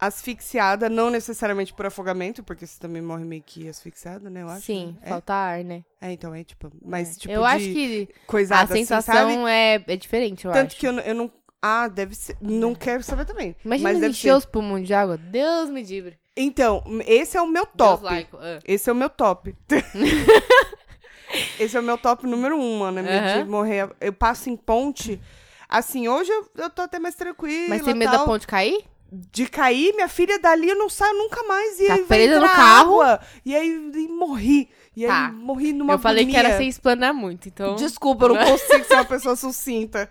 Speaker 2: asfixiada, não necessariamente por afogamento, porque você também morre meio que asfixiada, né? Eu acho.
Speaker 1: Sim,
Speaker 2: né?
Speaker 1: falta ar, né?
Speaker 2: É, é, então, é tipo. Mas, tipo,
Speaker 1: eu
Speaker 2: de
Speaker 1: acho que a
Speaker 2: coisada assim, sabe?
Speaker 1: sensação é, é diferente, eu
Speaker 2: Tanto
Speaker 1: acho. É.
Speaker 2: que eu, n- eu não. Ah, deve ser. Não quero saber também.
Speaker 1: Imagina
Speaker 2: mas
Speaker 1: ele
Speaker 2: deve
Speaker 1: encher
Speaker 2: ser.
Speaker 1: os pulmões de água. Deus me livre.
Speaker 2: Então, esse é o meu
Speaker 1: Deus
Speaker 2: top.
Speaker 1: laico. ah.
Speaker 2: Esse é o meu top. Esse é o meu top número um, Ana.
Speaker 1: Aham.
Speaker 2: De morrer. Eu passo em ponte. Assim, hoje eu, eu tô até mais tranquila.
Speaker 1: Mas tem medo
Speaker 2: tal.
Speaker 1: da ponte cair?
Speaker 2: De cair, minha filha dali eu não saio nunca mais. E
Speaker 1: Tá
Speaker 2: aí vai
Speaker 1: presa no
Speaker 2: entrar
Speaker 1: carro?
Speaker 2: água. E aí e morri. E aí
Speaker 1: Tá.
Speaker 2: morri numa
Speaker 1: eu falei que
Speaker 2: agonia.
Speaker 1: era sem explanar muito, então...
Speaker 2: Desculpa, eu não consigo ser uma pessoa sucinta.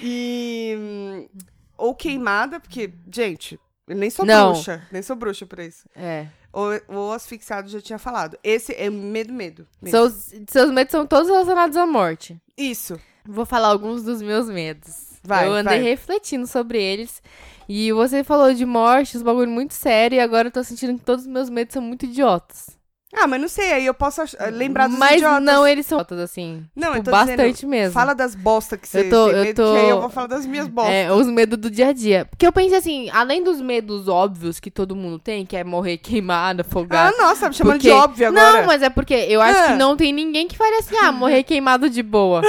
Speaker 2: E. hum, Ou queimada, porque, gente, eu nem sou
Speaker 1: Não.
Speaker 2: bruxa. Nem sou bruxa pra isso.
Speaker 1: É.
Speaker 2: Ou, ou asfixiado, já tinha falado. Esse é medo, medo. mesmo.
Speaker 1: Seus, seus medos são todos relacionados à morte.
Speaker 2: Isso.
Speaker 1: Vou falar alguns dos meus medos.
Speaker 2: Vai,
Speaker 1: eu andei
Speaker 2: vai.
Speaker 1: refletindo sobre eles. E você falou de morte, os bagulho muito sério, e agora eu tô sentindo que todos os meus medos são muito idiotas.
Speaker 2: Ah, mas não sei, aí eu posso ach- lembrar dos
Speaker 1: Mas
Speaker 2: idiotas.
Speaker 1: não, eles são idiotas, assim.
Speaker 2: não, eu
Speaker 1: tipo,
Speaker 2: tô
Speaker 1: bastante
Speaker 2: dizendo,
Speaker 1: mesmo.
Speaker 2: Fala das bostas que você
Speaker 1: Eu tô-
Speaker 2: tem
Speaker 1: eu
Speaker 2: medo,
Speaker 1: tô-
Speaker 2: que aí eu vou falar das minhas bostas.
Speaker 1: É, os medos do dia a dia. Porque eu pensei assim, além dos medos óbvios que todo mundo tem, que é morrer queimado,
Speaker 2: Ah,
Speaker 1: afogado.
Speaker 2: nossa, me chamando de
Speaker 1: Porque-
Speaker 2: óbvio agora.
Speaker 1: Não, mas é porque eu acho
Speaker 2: Ah.
Speaker 1: que não tem ninguém que faria assim, ah, morrer queimado de boa.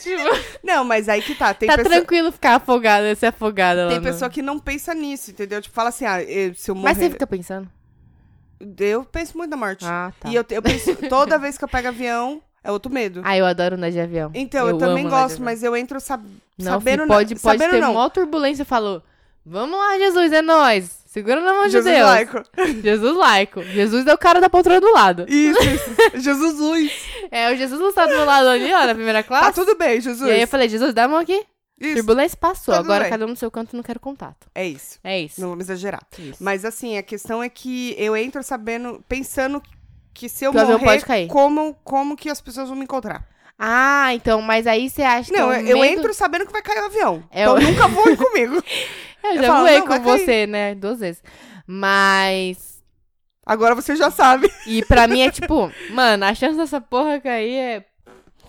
Speaker 1: tipo,
Speaker 2: Não, mas aí que tá. Tem,
Speaker 1: tá
Speaker 2: pessoa,
Speaker 1: tranquilo ficar afogada, ser afogada lá.
Speaker 2: tem
Speaker 1: no-
Speaker 2: pessoa que não pensa nisso, entendeu? Tipo, fala assim, ah, eu- se eu morrer...
Speaker 1: Mas você fica pensando.
Speaker 2: Eu penso muito na morte.
Speaker 1: Ah, tá.
Speaker 2: E eu, eu penso, toda vez que eu pego avião, é outro medo.
Speaker 1: Ah, eu adoro andar de avião.
Speaker 2: Então, eu, também
Speaker 1: amo andar de
Speaker 2: gosto,
Speaker 1: avião.
Speaker 2: mas eu entro sab-
Speaker 1: Não,
Speaker 2: sabendo
Speaker 1: filho, pode,
Speaker 2: não.
Speaker 1: pode
Speaker 2: sabendo
Speaker 1: ter um
Speaker 2: não.
Speaker 1: maior turbulência. Falou, vamos lá, Jesus, é nós. Segura na mão de
Speaker 2: Jesus
Speaker 1: Deus.
Speaker 2: laico.
Speaker 1: Jesus laico. Jesus é o cara da poltrona do lado.
Speaker 2: Isso, isso. Jesus Luiz.
Speaker 1: É, o Jesus não tá do meu lado ali, ó, na primeira classe.
Speaker 2: Tá tudo bem,
Speaker 1: E aí é eu
Speaker 2: Jesus.
Speaker 1: falei, Jesus, dá a mão aqui.
Speaker 2: Isso.
Speaker 1: Turbulência passou.
Speaker 2: Tá tudo
Speaker 1: Agora
Speaker 2: bem.
Speaker 1: cada um no seu canto, não quero contato.
Speaker 2: É isso.
Speaker 1: É isso.
Speaker 2: Não vamos exagerar.
Speaker 1: Isso.
Speaker 2: Mas assim, a questão é que eu entro sabendo, pensando que se eu
Speaker 1: Que o avião
Speaker 2: morrer,
Speaker 1: pode cair.
Speaker 2: Como, como que as pessoas vão me encontrar?
Speaker 1: Ah, então, mas aí você acha que
Speaker 2: não,
Speaker 1: é um
Speaker 2: eu, eu
Speaker 1: medo-
Speaker 2: entro sabendo que vai cair o avião.
Speaker 1: É,
Speaker 2: então
Speaker 1: eu-
Speaker 2: nunca voe comigo.
Speaker 1: Eu
Speaker 2: eu
Speaker 1: já
Speaker 2: falo,
Speaker 1: voei
Speaker 2: não,
Speaker 1: com
Speaker 2: vai cair.
Speaker 1: você, né, duas vezes. Mas...
Speaker 2: Agora você já sabe.
Speaker 1: E pra mim é tipo, mano, a chance dessa porra cair é.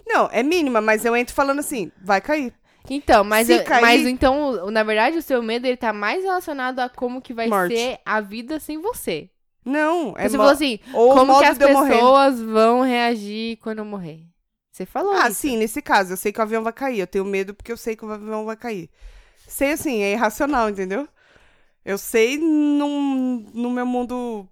Speaker 2: Não, é mínima, mas eu entro falando assim, vai cair.
Speaker 1: Então, mas,
Speaker 2: Se
Speaker 1: eu-
Speaker 2: cair-
Speaker 1: mas então, o- na verdade, o seu medo ele tá mais relacionado a como que vai
Speaker 2: Morte.
Speaker 1: ser a vida sem você.
Speaker 2: Não, é
Speaker 1: você
Speaker 2: mo-
Speaker 1: falou assim,
Speaker 2: ou o
Speaker 1: como
Speaker 2: modo
Speaker 1: que as
Speaker 2: de eu morrer.
Speaker 1: pessoas vão reagir quando eu morrer? Você falou
Speaker 2: Ah,
Speaker 1: isso.
Speaker 2: sim, nesse caso, eu sei que o avião vai cair. Eu tenho medo porque eu sei que o avião vai cair. Sei assim, é irracional, entendeu? Eu sei num, no meu mundo.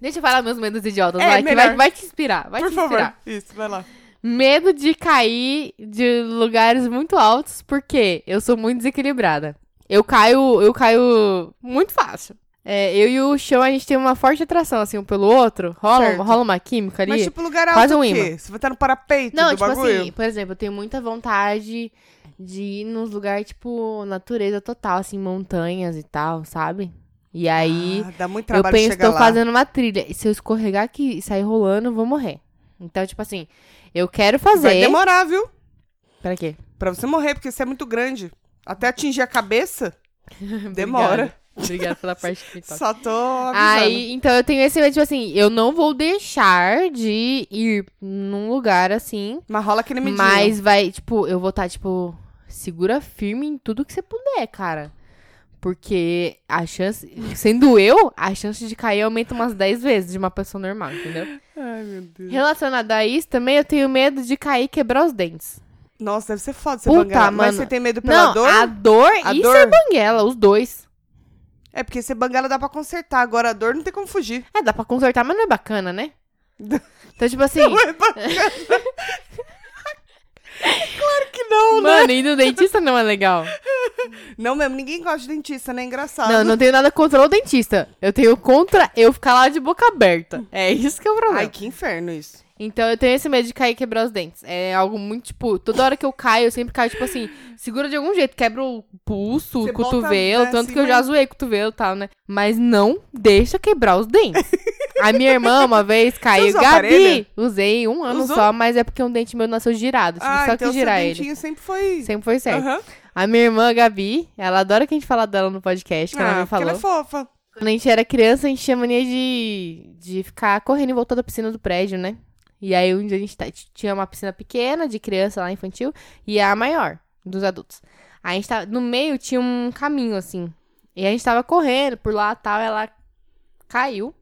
Speaker 1: Deixa eu falar meus medos idiotas,
Speaker 2: É,
Speaker 1: vai, que
Speaker 2: melhor.
Speaker 1: vai, vai te inspirar, vai
Speaker 2: Por
Speaker 1: te
Speaker 2: favor.
Speaker 1: inspirar.
Speaker 2: Isso, vai lá.
Speaker 1: Medo de cair de lugares muito altos, porque eu sou muito desequilibrada. Eu caio, eu caio muito fácil. É, eu e o chão, a gente tem uma forte atração, assim, um pelo outro. Rola,
Speaker 2: Certo.
Speaker 1: rola uma química ali.
Speaker 2: Mas, tipo, lugar alto
Speaker 1: Quase
Speaker 2: o
Speaker 1: um
Speaker 2: quê? Você vai estar no parapeito
Speaker 1: Não,
Speaker 2: do
Speaker 1: tipo
Speaker 2: bagulho?
Speaker 1: assim, por exemplo, eu tenho muita vontade de ir nos lugares, tipo, natureza total, assim, montanhas e tal, sabe? E aí,
Speaker 2: Ah, dá muito
Speaker 1: eu
Speaker 2: trabalho
Speaker 1: penso,
Speaker 2: chegar
Speaker 1: tô
Speaker 2: lá.
Speaker 1: fazendo uma trilha. E se eu escorregar aqui e sair rolando, eu vou morrer. Então, tipo assim, Eu quero
Speaker 2: Vai
Speaker 1: fazer.
Speaker 2: demorar, viu?
Speaker 1: Pra quê?
Speaker 2: Pra você morrer, porque você é muito grande. Até atingir a cabeça, demora.
Speaker 1: Obrigada pela parte que me toca.
Speaker 2: Só tô avisando.
Speaker 1: Aí, então eu tenho esse, tipo assim, eu não vou deixar de ir num lugar assim,
Speaker 2: Mas rola aquele medinho.
Speaker 1: mas vai, tipo, eu vou estar, tipo, segura firme em tudo que você puder, cara. Porque a chance, sendo eu, a chance de cair aumenta umas 10 vezes de uma pessoa normal, entendeu?
Speaker 2: Ai, meu Deus.
Speaker 1: Relacionado a isso, também eu tenho medo de cair e quebrar os dentes.
Speaker 2: Nossa, deve ser foda você
Speaker 1: Puta,
Speaker 2: bangar. Mas
Speaker 1: mano.
Speaker 2: você tem medo pela
Speaker 1: não,
Speaker 2: dor?
Speaker 1: a dor
Speaker 2: A
Speaker 1: e
Speaker 2: dor?
Speaker 1: ser banguela, os dois.
Speaker 2: É porque ser banguela dá pra consertar. Agora a dor não tem como fugir.
Speaker 1: É, dá pra consertar, mas não é bacana, né? Então, tipo assim,
Speaker 2: Não é bacana. claro que não, né?
Speaker 1: mano, ir no dentista não é legal.
Speaker 2: Não mesmo, ninguém gosta de dentista, né? Engraçado.
Speaker 1: Não, eu não tenho nada contra o dentista. Eu tenho contra eu ficar lá de boca aberta. É isso que é o problema.
Speaker 2: Ai, que inferno isso.
Speaker 1: Então eu tenho esse medo de cair e quebrar os dentes. É algo muito, tipo, toda hora que eu caio, eu sempre caio, tipo assim, segura de algum jeito, quebra o pulso,
Speaker 2: Você
Speaker 1: o cotovelo,
Speaker 2: bota, né,
Speaker 1: tanto
Speaker 2: assim,
Speaker 1: que eu já
Speaker 2: mas-
Speaker 1: zoei o cotovelo e tal, né? Mas não deixa quebrar os dentes. A minha irmã, uma vez, caiu.
Speaker 2: usou
Speaker 1: Gabi!
Speaker 2: aparelho?
Speaker 1: Usei um ano
Speaker 2: Usou?
Speaker 1: só, mas é porque um dente meu nasceu girado. Tive
Speaker 2: ah,
Speaker 1: só
Speaker 2: então
Speaker 1: que girar
Speaker 2: seu
Speaker 1: ele.
Speaker 2: dentinho sempre foi...
Speaker 1: Sempre foi certo.
Speaker 2: Aham.
Speaker 1: A minha irmã, a Gabi, ela adora que a gente fala dela no podcast, que ela
Speaker 2: Ah,
Speaker 1: me
Speaker 2: porque
Speaker 1: falou.
Speaker 2: ela é fofa.
Speaker 1: Quando a gente era criança, a gente tinha mania de, de ficar correndo e voltando da piscina do prédio, né? E aí um dia a gente tá- tinha uma piscina pequena, de criança lá, infantil, e a maior, dos adultos. Aí a gente tava, no meio tinha um caminho, assim. E a gente tava correndo por lá e tal, ela caiu.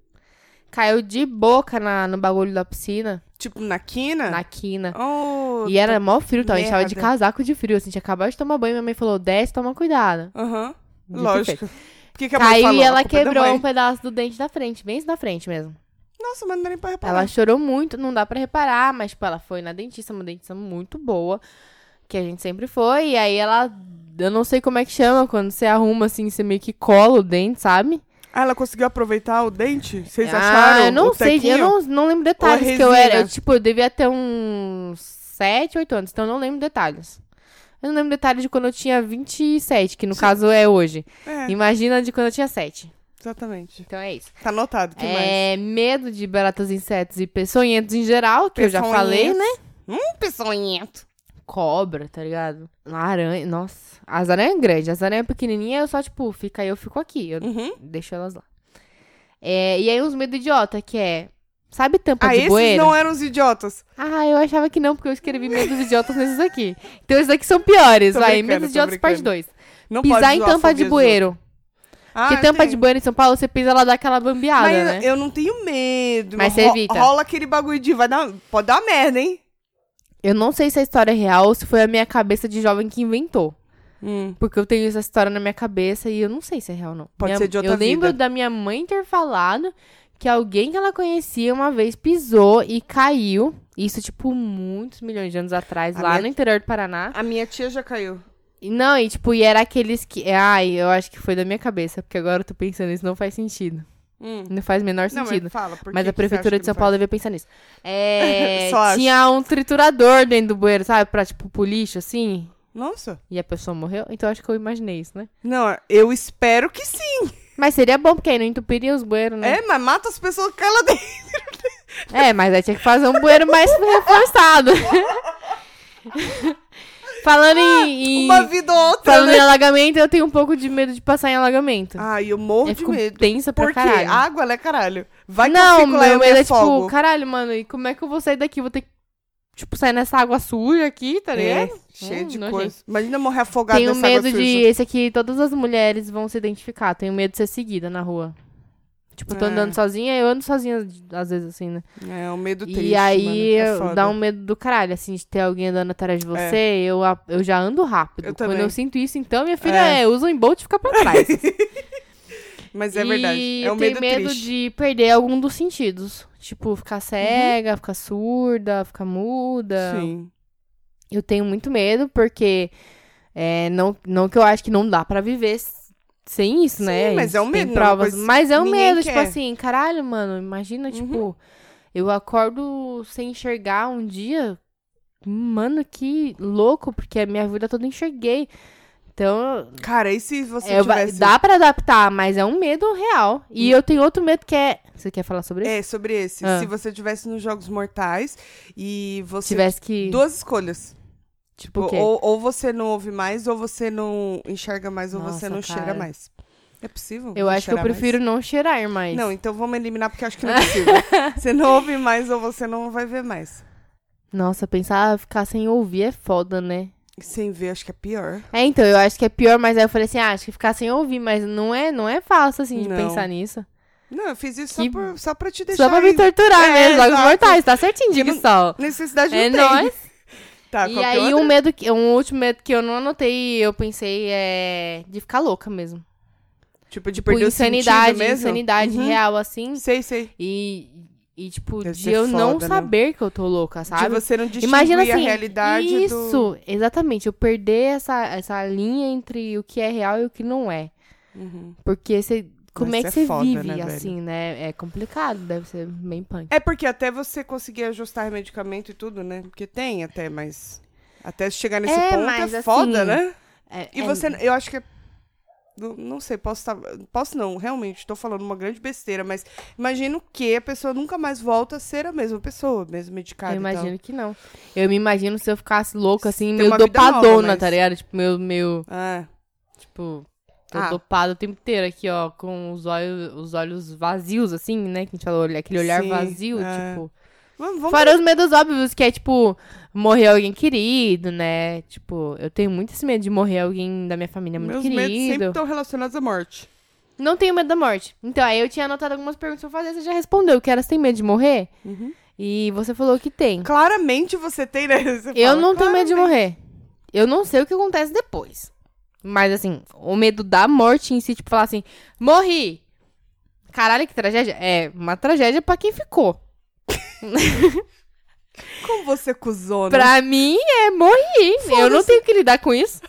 Speaker 1: Caiu de boca na, no bagulho da piscina,
Speaker 2: Tipo, na quina?
Speaker 1: na quina.
Speaker 2: Oh,
Speaker 1: E era mó frio, então a gente tava de
Speaker 2: merda.
Speaker 1: casaco de frio, assim, tinha acabado de tomar banho, minha mãe falou, desce, toma cuidado.
Speaker 2: Aham.
Speaker 1: Dito e
Speaker 2: Lógico. Por que que a mãe
Speaker 1: Caiu
Speaker 2: falou?
Speaker 1: e
Speaker 2: A
Speaker 1: ela
Speaker 2: culpa é da
Speaker 1: quebrou
Speaker 2: mãe.
Speaker 1: um pedaço do dente da frente, bem da frente mesmo.
Speaker 2: Nossa, mas não dá nem pra reparar.
Speaker 1: Ela chorou muito, não dá pra reparar, mas tipo, ela foi na dentista, uma dentista muito boa, que a gente sempre foi, e aí ela, eu não sei como é que chama, quando você arruma assim, você meio que cola o dente, sabe?
Speaker 2: Ah, ela conseguiu aproveitar o dente? Vocês
Speaker 1: ah,
Speaker 2: acharam?
Speaker 1: eu não
Speaker 2: o
Speaker 1: sei,
Speaker 2: tequinho?
Speaker 1: eu não, não lembro detalhes que eu
Speaker 2: resina?
Speaker 1: era, eu, tipo, eu devia ter uns 7, 8 anos, então eu não lembro detalhes. Eu não lembro detalhes de quando eu tinha 27, que no caso é hoje.
Speaker 2: É,
Speaker 1: Imagina de quando eu tinha 7.
Speaker 2: exatamente.
Speaker 1: Então é isso.
Speaker 2: Tá anotado, que mais?
Speaker 1: É medo de baratas, insetos e peçonhentos em geral, que eu já falei, né?
Speaker 2: Hum, peçonhento.
Speaker 1: cobra, tá ligado? Aranha, nossa. As aranhas grandes, as aranhas pequenininhas, eu só, tipo, fica aí, eu fico aqui. Eu
Speaker 2: Uhum.
Speaker 1: deixo elas lá. É, e aí uns medo idiota, que é... Sabe tampa
Speaker 2: Ah,
Speaker 1: de
Speaker 2: esses
Speaker 1: bueiro?
Speaker 2: não eram os idiotas.
Speaker 1: Ah, eu achava que não, porque eu escrevi medos idiotas nesses aqui. Então esses aqui são piores,
Speaker 2: Tô
Speaker 1: vai.
Speaker 2: brincando,
Speaker 1: Medos
Speaker 2: tô
Speaker 1: idiotas parte
Speaker 2: brincando.
Speaker 1: 2.
Speaker 2: Não
Speaker 1: Pisar
Speaker 2: pode
Speaker 1: em
Speaker 2: zoar a
Speaker 1: tampa de
Speaker 2: fobia dos
Speaker 1: bueiro.
Speaker 2: outros. Ah,
Speaker 1: Porque tampa
Speaker 2: tem.
Speaker 1: de bueiro em São Paulo, você pisa, ela dá aquela bambeada,
Speaker 2: Mas
Speaker 1: né?
Speaker 2: eu não tenho medo.
Speaker 1: Mas
Speaker 2: ro-
Speaker 1: você evita.
Speaker 2: Rola aquele bagulho de... Vai dar, pode dar merda, hein?
Speaker 1: Eu não sei se a história é real ou se foi a minha cabeça de jovem que inventou. Porque eu tenho essa história na minha cabeça e eu não sei se é real ou não.
Speaker 2: Pode
Speaker 1: Minha-
Speaker 2: ser de outra
Speaker 1: Eu lembro
Speaker 2: vida.
Speaker 1: da minha mãe ter falado que alguém que ela conhecia uma vez pisou e caiu. Isso, tipo, muitos milhões de anos atrás,
Speaker 2: A
Speaker 1: lá
Speaker 2: minha-
Speaker 1: no interior do Paraná.
Speaker 2: A minha tia já caiu.
Speaker 1: E não, e tipo, e era aqueles que. Ai, eu acho que foi da minha cabeça, porque agora eu tô pensando, isso não faz sentido.
Speaker 2: Hum.
Speaker 1: Não faz o menor
Speaker 2: Não,
Speaker 1: sentido.
Speaker 2: mas fala. por
Speaker 1: Mas
Speaker 2: que
Speaker 1: a
Speaker 2: que você
Speaker 1: prefeitura de
Speaker 2: acha que
Speaker 1: São
Speaker 2: não
Speaker 1: Paulo devia pensar nisso. É,
Speaker 2: Só acho.
Speaker 1: tinha um triturador dentro do bueiro, sabe? Pra, tipo, pro lixo, assim.
Speaker 2: faz? Nossa.
Speaker 1: E a pessoa morreu. Então acho que eu imaginei isso, né?
Speaker 2: Não, eu espero que sim.
Speaker 1: Mas seria bom, porque aí não entupiria os bueiros, né?
Speaker 2: É, mas mata as pessoas que ela dentro.
Speaker 1: É, mas aí tinha que fazer um bueiro mais reforçado. Falando em, em-
Speaker 2: Ah, Uma vida ou outra,
Speaker 1: falando
Speaker 2: né?
Speaker 1: em alagamento, eu tenho um pouco de medo de passar em alagamento.
Speaker 2: Ai, eu morro
Speaker 1: eu
Speaker 2: um de
Speaker 1: fico
Speaker 2: medo.
Speaker 1: tensa pra
Speaker 2: Por quê?
Speaker 1: caralho.
Speaker 2: Água, né, caralho? Vai que eu
Speaker 1: não,
Speaker 2: fico lá e eu
Speaker 1: meu
Speaker 2: me
Speaker 1: medo é
Speaker 2: afogo.
Speaker 1: tipo, caralho, mano, e como é que eu vou sair daqui? Vou ter que, tipo, sair nessa água suja aqui, tá
Speaker 2: É,
Speaker 1: ligado?
Speaker 2: cheio
Speaker 1: Hum,
Speaker 2: de
Speaker 1: nojento.
Speaker 2: coisa. Imagina morrer afogado
Speaker 1: Tenho
Speaker 2: nessa
Speaker 1: medo
Speaker 2: água
Speaker 1: de.
Speaker 2: suja.
Speaker 1: Esse aqui, todas as mulheres vão se identificar. Tenho medo de ser seguida na rua. Tipo, tô
Speaker 2: Ah.
Speaker 1: andando sozinha, eu ando sozinha, às vezes, assim, né?
Speaker 2: É, o medo triste,
Speaker 1: E aí
Speaker 2: mano. É
Speaker 1: eu-
Speaker 2: foda. É.
Speaker 1: dá um medo do caralho, assim, de ter alguém andando atrás de você, eu, a- eu já ando rápido.
Speaker 2: Eu
Speaker 1: Quando
Speaker 2: também.
Speaker 1: eu sinto isso, então, minha filha,
Speaker 2: É.
Speaker 1: é, usa um bolt e fica pra trás.
Speaker 2: Mas é verdade.
Speaker 1: E
Speaker 2: É
Speaker 1: eu
Speaker 2: um
Speaker 1: tenho
Speaker 2: medo,
Speaker 1: medo
Speaker 2: triste. Uhum.
Speaker 1: de perder algum dos sentidos. Tipo, ficar cega, ficar surda, ficar muda.
Speaker 2: Sim.
Speaker 1: Eu tenho muito medo, porque é, não, não que eu acho que não dá pra viver s- sem isso,
Speaker 2: Sim,
Speaker 1: né?
Speaker 2: mas
Speaker 1: Isso
Speaker 2: é um
Speaker 1: tem
Speaker 2: medo, não é uma
Speaker 1: provas.
Speaker 2: coisa que
Speaker 1: mas é um
Speaker 2: ninguém
Speaker 1: medo, tipo
Speaker 2: quer. Uhum.
Speaker 1: assim, caralho, mano, imagina, tipo, eu acordo sem enxergar um dia. Mano, que louco, porque a minha vida toda eu enxerguei. Então,
Speaker 2: Cara, e se você
Speaker 1: é, vai-
Speaker 2: tivesse... Hum.
Speaker 1: dá pra adaptar, mas é um medo real. E eu tenho outro medo que é. Você quer falar sobre isso?
Speaker 2: É, sobre esse.
Speaker 1: Ah.
Speaker 2: Se você tivesse nos Jogos Mortais e
Speaker 1: Se
Speaker 2: você...
Speaker 1: tivesse que.
Speaker 2: Duas escolhas.
Speaker 1: Tipo o quê?
Speaker 2: Ou, um, ou você não ouve mais, ou você não enxerga mais, ou você
Speaker 1: Nossa,
Speaker 2: não cheira
Speaker 1: cara.
Speaker 2: mais. É possível?
Speaker 1: Eu
Speaker 2: não
Speaker 1: acho que eu
Speaker 2: cheirar mais?
Speaker 1: prefiro não cheirar mais.
Speaker 2: Não, então vamos eliminar porque eu acho que não é possível. você não ouve mais ou você não vai ver mais.
Speaker 1: Nossa, pensar ficar sem ouvir é foda, né?
Speaker 2: E Sem ver, acho que é pior.
Speaker 1: É, então, eu acho que é pior, mas aí eu falei assim, ah, acho que ficar sem ouvir, mas não é, não é fácil, assim, de
Speaker 2: Não.
Speaker 1: pensar nisso.
Speaker 2: Não, eu fiz isso
Speaker 1: Que-
Speaker 2: só, por, só pra te deixar.
Speaker 1: Só pra me
Speaker 2: aí.
Speaker 1: torturar,
Speaker 2: É,
Speaker 1: né? Jogos
Speaker 2: exato.
Speaker 1: mortais, tá certinho,
Speaker 2: Que não-
Speaker 1: digo só.
Speaker 2: Necessidade
Speaker 1: É
Speaker 2: não tem.
Speaker 1: nóis.
Speaker 2: Tá,
Speaker 1: E
Speaker 2: qualquer
Speaker 1: aí,
Speaker 2: outra?
Speaker 1: um medo, que, um último medo que eu não anotei, eu pensei, é de ficar louca mesmo.
Speaker 2: Tipo, de
Speaker 1: Tipo,
Speaker 2: perder o
Speaker 1: insanidade,
Speaker 2: sentido mesmo?
Speaker 1: insanidade
Speaker 2: Uhum.
Speaker 1: real, assim.
Speaker 2: Sei, sei.
Speaker 1: E, e tipo,
Speaker 2: Deve
Speaker 1: de
Speaker 2: ser
Speaker 1: eu não
Speaker 2: foda, né?
Speaker 1: saber que eu tô louca, sabe?
Speaker 2: De você não distinguir
Speaker 1: Imagina assim,
Speaker 2: a realidade do...
Speaker 1: isso, exatamente, eu perder essa, essa linha entre o que é real e o que não é.
Speaker 2: Uhum.
Speaker 1: Porque você. Como
Speaker 2: Mas
Speaker 1: é que
Speaker 2: isso é
Speaker 1: você
Speaker 2: foda,
Speaker 1: vive
Speaker 2: né, velho?
Speaker 1: assim, né? É complicado, deve ser bem punk.
Speaker 2: É porque até você conseguir ajustar medicamento e tudo, né? Porque tem até, mas... Até chegar nesse
Speaker 1: É,
Speaker 2: ponto
Speaker 1: mas,
Speaker 2: é
Speaker 1: assim,
Speaker 2: foda, né?
Speaker 1: É-
Speaker 2: E
Speaker 1: é-
Speaker 2: você... Eu acho que é... Não, não sei, posso estar... Posso não, realmente, tô falando uma grande besteira, mas imagino que a pessoa nunca mais volta a ser a mesma pessoa, mesmo medicada
Speaker 1: Eu
Speaker 2: e tal.
Speaker 1: imagino que não. Eu me imagino se eu ficasse louca, assim,
Speaker 2: então? Tem
Speaker 1: meio
Speaker 2: uma vida
Speaker 1: dopadona,
Speaker 2: nova, mas-
Speaker 1: tá ligado? Tipo, meu, meu,
Speaker 2: Ah,
Speaker 1: tipo, tô
Speaker 2: Ah.
Speaker 1: dopado o tempo inteiro aqui, ó, com os olhos, os olhos vazios, assim, né? Que a gente falou, aquele olhar
Speaker 2: Sim,
Speaker 1: vazio,
Speaker 2: é.
Speaker 1: tipo.
Speaker 2: vamos... vamos...
Speaker 1: Fora os medos óbvios, que é, tipo, morrer alguém querido, né? Tipo, eu tenho muito esse medo de morrer alguém da minha família é muito
Speaker 2: Meus medos sempre
Speaker 1: querido.
Speaker 2: estão relacionados à morte.
Speaker 1: Não tenho medo da morte. Então, aí eu tinha anotado algumas perguntas pra fazer, você já respondeu, que era você tem medo de morrer?
Speaker 2: Uhum.
Speaker 1: E você falou que tem.
Speaker 2: Claramente você tem, né? Você
Speaker 1: Eu
Speaker 2: fala,
Speaker 1: não tenho medo de
Speaker 2: "Claramente".
Speaker 1: morrer. Eu não sei o que acontece depois. Mas assim, o medo da morte em si, tipo, falar assim, morri! Caralho, que tragédia. É, uma tragédia pra quem ficou.
Speaker 2: Como você é cuzona.
Speaker 1: Pra mim, é morri. Eu não tenho que lidar com isso.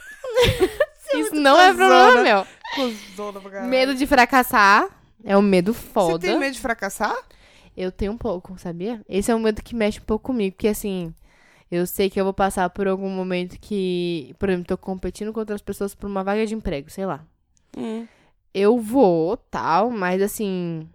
Speaker 1: isso não é problema
Speaker 2: cuzona.
Speaker 1: meu.
Speaker 2: Cuzona pra caralho.
Speaker 1: Medo de fracassar é um medo
Speaker 2: Você
Speaker 1: foda.
Speaker 2: tem medo de fracassar?
Speaker 1: Eu tenho um pouco, sabia? Esse é um medo que mexe um pouco comigo, porque assim, eu sei que eu vou passar por algum momento que, por exemplo, tô competindo com outras pessoas por uma vaga de emprego, sei lá. Hum. Eu vou, tal, mas assim,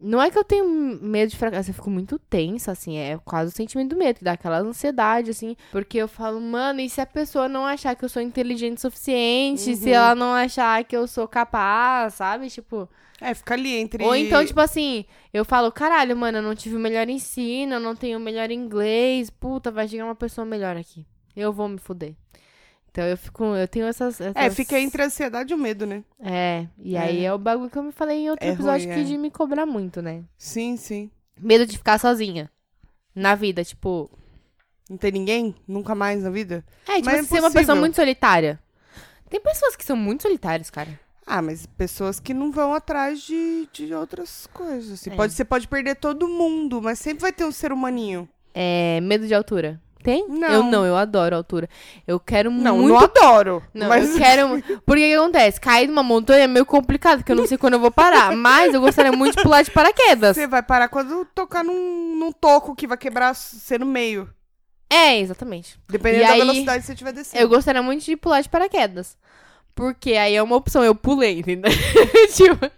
Speaker 1: não é que eu tenho medo de fracassar, eu fico muito tensa, assim, é quase o sentimento do medo, dá aquela ansiedade, assim, porque eu falo, mano, e se a pessoa não achar que eu sou inteligente o suficiente, se
Speaker 2: Uhum.
Speaker 1: ela não achar que eu sou capaz, sabe? Tipo,
Speaker 2: É, fica ali entre...
Speaker 1: ou então, tipo assim, eu falo, caralho, mano, eu não tive o melhor ensino, eu não tenho o melhor inglês, puta, vai chegar uma pessoa melhor aqui. Eu vou me fuder. Então eu fico, eu tenho essas.
Speaker 2: É,
Speaker 1: essas-
Speaker 2: fica entre a ansiedade e o medo, né?
Speaker 1: É, e aí é, o bagulho que eu me falei em outro
Speaker 2: É
Speaker 1: episódio
Speaker 2: ruim,
Speaker 1: que
Speaker 2: é.
Speaker 1: de me cobrar muito, né?
Speaker 2: Sim, sim.
Speaker 1: Medo de ficar sozinha. Na vida, tipo.
Speaker 2: Não tem ninguém? Nunca mais na vida?
Speaker 1: É, tipo,
Speaker 2: Mas é
Speaker 1: você ser uma pessoa
Speaker 2: impossível.
Speaker 1: muito solitária. Tem pessoas que são muito solitárias, cara.
Speaker 2: Ah, mas pessoas que não vão atrás de, de outras coisas. Assim.
Speaker 1: É.
Speaker 2: Pode, você pode perder todo mundo, mas sempre vai ter um ser humaninho.
Speaker 1: É, medo de altura. Tem?
Speaker 2: Não.
Speaker 1: Eu não, eu adoro altura. Eu quero
Speaker 2: Não,
Speaker 1: muito
Speaker 2: não adoro.
Speaker 1: Não,
Speaker 2: mas...
Speaker 1: eu quero. Porque o que acontece? Cair de uma montanha é meio complicado, porque eu não sei quando eu vou parar. Mas eu gostaria muito de pular de paraquedas.
Speaker 2: Você vai parar quando tocar num, num toco que vai quebrar você no meio.
Speaker 1: É, exatamente.
Speaker 2: Dependendo
Speaker 1: E
Speaker 2: da
Speaker 1: aí,
Speaker 2: velocidade que você estiver descendo.
Speaker 1: Eu gostaria muito de pular de paraquedas. Porque aí é uma opção, eu pulei, entendeu? tipo,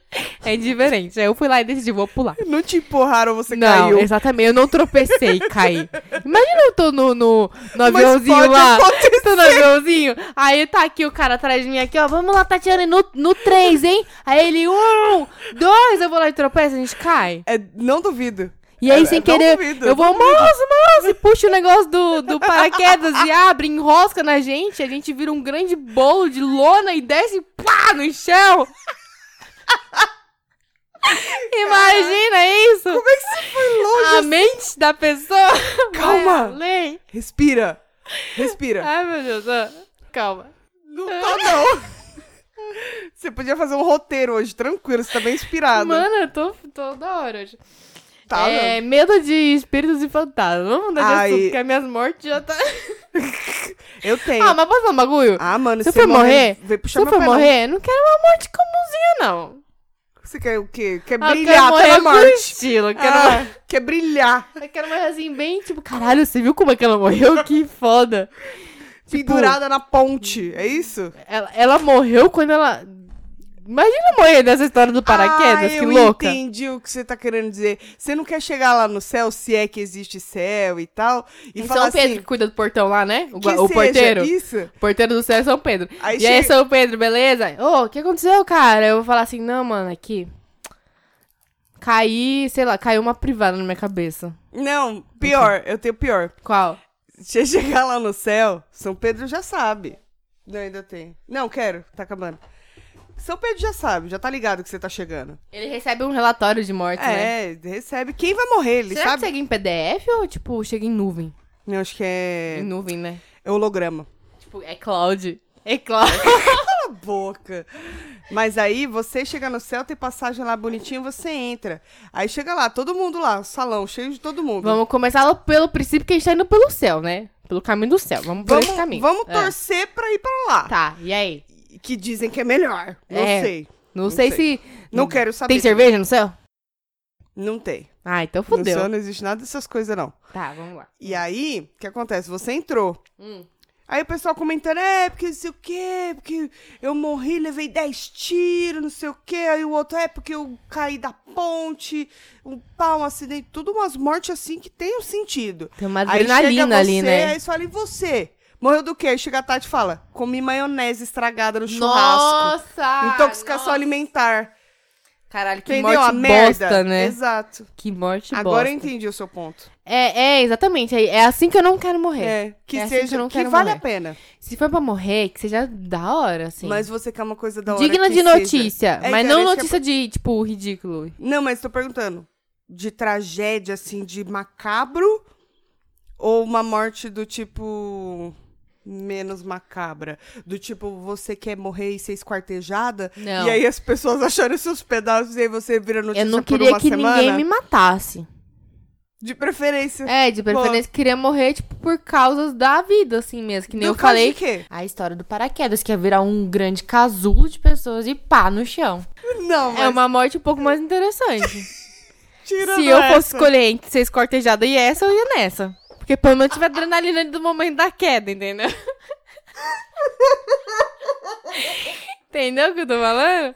Speaker 1: é diferente. Aí eu fui lá e decidi, vou pular.
Speaker 2: Não te empurraram, você
Speaker 1: não,
Speaker 2: caiu.
Speaker 1: exatamente. Eu não tropecei e caí. Imagina eu tô no, no, no
Speaker 2: Mas
Speaker 1: aviãozinho
Speaker 2: pode
Speaker 1: lá. Tô no aviãozinho. Aí tá aqui o cara atrás de mim aqui, ó. Vamos lá, Tatiana, no, no 3, hein? Aí ele, um, dois, eu vou lá e tropeço, a gente cai.
Speaker 2: É, não duvido.
Speaker 1: E aí,
Speaker 2: É,
Speaker 1: sem
Speaker 2: não
Speaker 1: querer,
Speaker 2: duvido,
Speaker 1: eu vou, moço, moço, e puxa o negócio do, do paraquedas e abre, enrosca na gente, a gente vira um grande bolo de lona e desce, pá, no chão. Imagina isso! Como é que você foi
Speaker 2: longe
Speaker 1: A mente da pessoa.
Speaker 2: Calma.
Speaker 1: vai além.
Speaker 2: Respira. Respira.
Speaker 1: Ai, meu Deus, ó, calma.
Speaker 2: Não tá, não. Você podia fazer um roteiro hoje, tranquilo. Você tá bem inspirado.
Speaker 1: Mano, eu tô, tô da hora hoje.
Speaker 2: tá, né?
Speaker 1: é, medo de espíritos e fantasmas. Vamos mudar
Speaker 2: Ai.
Speaker 1: de assunto, porque as minhas mortes já tá.
Speaker 2: Eu tenho.
Speaker 1: Ah,
Speaker 2: Ah,
Speaker 1: mas posso falar um bagulho?
Speaker 2: mano,
Speaker 1: se
Speaker 2: você
Speaker 1: eu for morrer,
Speaker 2: Vem
Speaker 1: Se
Speaker 2: puxar
Speaker 1: eu
Speaker 2: meu
Speaker 1: for
Speaker 2: pé, não.
Speaker 1: morrer, eu não quero uma morte comunzinha, não.
Speaker 2: Você quer o quê? Quer
Speaker 1: Ah, Eu quero
Speaker 2: brilhar
Speaker 1: morrer
Speaker 2: pela
Speaker 1: com
Speaker 2: morte.
Speaker 1: estilo. Eu quero,
Speaker 2: Ah, quer brilhar.
Speaker 1: eu quero morrer assim, bem tipo, caralho, você viu como é que ela morreu? Que foda.
Speaker 2: pendurada na ponte, é isso?
Speaker 1: Ela, ela morreu quando ela. Imagina morrer nessa história do paraquedas,
Speaker 2: ah,
Speaker 1: que
Speaker 2: eu
Speaker 1: louca.
Speaker 2: entendi o que você tá querendo dizer. Você não quer chegar lá no céu, se é que existe céu e tal, e,
Speaker 1: E É
Speaker 2: falar
Speaker 1: São Então, Pedro
Speaker 2: assim,
Speaker 1: que cuida do portão lá, né? O,
Speaker 2: que
Speaker 1: gua- o
Speaker 2: seja
Speaker 1: porteiro.
Speaker 2: isso.
Speaker 1: O porteiro do céu é São Pedro.
Speaker 2: Aí
Speaker 1: e aí,
Speaker 2: chega-
Speaker 1: São Pedro, beleza? Ô, o que aconteceu, cara? Eu vou falar assim, não, mano, aqui. Caí, sei lá, caiu uma privada na minha cabeça.
Speaker 2: Não, pior, eu tenho pior.
Speaker 1: Qual?
Speaker 2: Se eu chegar lá no céu, São Pedro já sabe. Não, ainda tem. Não, quero, tá acabando. São Pedro já sabe, já tá ligado que você tá chegando.
Speaker 1: Ele recebe um relatório de morte, né? é
Speaker 2: É, recebe. Quem vai morrer, ele
Speaker 1: Será
Speaker 2: sabe?
Speaker 1: que chega em PDF ou, tipo, chega em nuvem?
Speaker 2: Não, acho que
Speaker 1: Em
Speaker 2: é,
Speaker 1: nuvem, né?
Speaker 2: é holograma.
Speaker 1: Tipo, é cloud. É cloud.
Speaker 2: Cala a boca. Mas aí você chega no céu, tem passagem lá bonitinha, você entra. Aí chega lá, todo mundo lá, salão cheio de todo mundo.
Speaker 1: Vamos começar lá pelo princípio que a gente tá indo pelo céu, né? Pelo caminho do céu. Vamos por esse caminho.
Speaker 2: vamos
Speaker 1: É.
Speaker 2: torcer pra ir pra lá.
Speaker 1: Tá, e aí?
Speaker 2: Que dizem que é melhor. Não
Speaker 1: É.
Speaker 2: sei.
Speaker 1: Não,
Speaker 2: Não
Speaker 1: sei,
Speaker 2: sei.
Speaker 1: se.
Speaker 2: Não quero saber.
Speaker 1: Tem cerveja no céu?
Speaker 2: Não tem.
Speaker 1: Ah, então
Speaker 2: No
Speaker 1: fodeu.
Speaker 2: céu não existe nada dessas coisas, não.
Speaker 1: Tá, vamos lá.
Speaker 2: E aí, o que acontece? Você entrou.
Speaker 1: Hum.
Speaker 2: Aí o pessoal comentando, é, porque não sei o quê, porque eu morri, levei 10 tiros, não sei o quê. Aí o outro, é, porque eu caí da ponte, um pau, um acidente. Tudo umas mortes assim que tem um sentido.
Speaker 1: Tem uma
Speaker 2: Aí chega
Speaker 1: adrenalina
Speaker 2: você,
Speaker 1: ali, né?
Speaker 2: Aí você fala, e você? Morreu do quê? Aí chega a Tati e fala, comi maionese estragada no churrasco.
Speaker 1: Nossa!
Speaker 2: Intoxicação
Speaker 1: nossa.
Speaker 2: alimentar.
Speaker 1: Caralho, que
Speaker 2: Entendeu? a
Speaker 1: morte bosta,
Speaker 2: merda.
Speaker 1: né?
Speaker 2: Exato.
Speaker 1: Que morte
Speaker 2: Agora eu
Speaker 1: bosta.
Speaker 2: entendi o seu ponto.
Speaker 1: É, é, exatamente. É, é assim que eu não quero morrer.
Speaker 2: É, que
Speaker 1: É assim que
Speaker 2: seja,
Speaker 1: eu não
Speaker 2: que,
Speaker 1: quero
Speaker 2: vale
Speaker 1: morrer.
Speaker 2: a pena.
Speaker 1: Se for pra morrer, que seja da hora, assim.
Speaker 2: Mas você quer uma coisa da hora
Speaker 1: Digna
Speaker 2: que
Speaker 1: de
Speaker 2: seja.
Speaker 1: notícia.
Speaker 2: É,
Speaker 1: mas
Speaker 2: então,
Speaker 1: não
Speaker 2: esse é
Speaker 1: notícia de, tipo, ridículo.
Speaker 2: Não, mas tô perguntando. De tragédia, assim, de macabro? Ou uma morte do tipo. menos macabra? Do tipo, você quer morrer e ser esquartejada?
Speaker 1: Não.
Speaker 2: E aí as pessoas acharam seus pedaços e aí você vira notícia
Speaker 1: Eu não
Speaker 2: por
Speaker 1: queria
Speaker 2: uma
Speaker 1: que
Speaker 2: semana?
Speaker 1: ninguém me matasse.
Speaker 2: De preferência.
Speaker 1: É, de preferência, queria morrer, tipo, por causas da vida, assim mesmo. Que nem
Speaker 2: Do
Speaker 1: eu
Speaker 2: caso
Speaker 1: falei.
Speaker 2: de quê?
Speaker 1: A história do paraquedas, que é virar um grande casulo de pessoas e pá no chão.
Speaker 2: Não, mas
Speaker 1: É uma morte um pouco mais interessante.
Speaker 2: tirando
Speaker 1: Se eu fosse
Speaker 2: essa.
Speaker 1: escolher entre ser escortejada e essa, eu ia nessa. Porque pelo menos tive a adrenalina do momento da queda, entendeu? entendeu o que eu tô falando?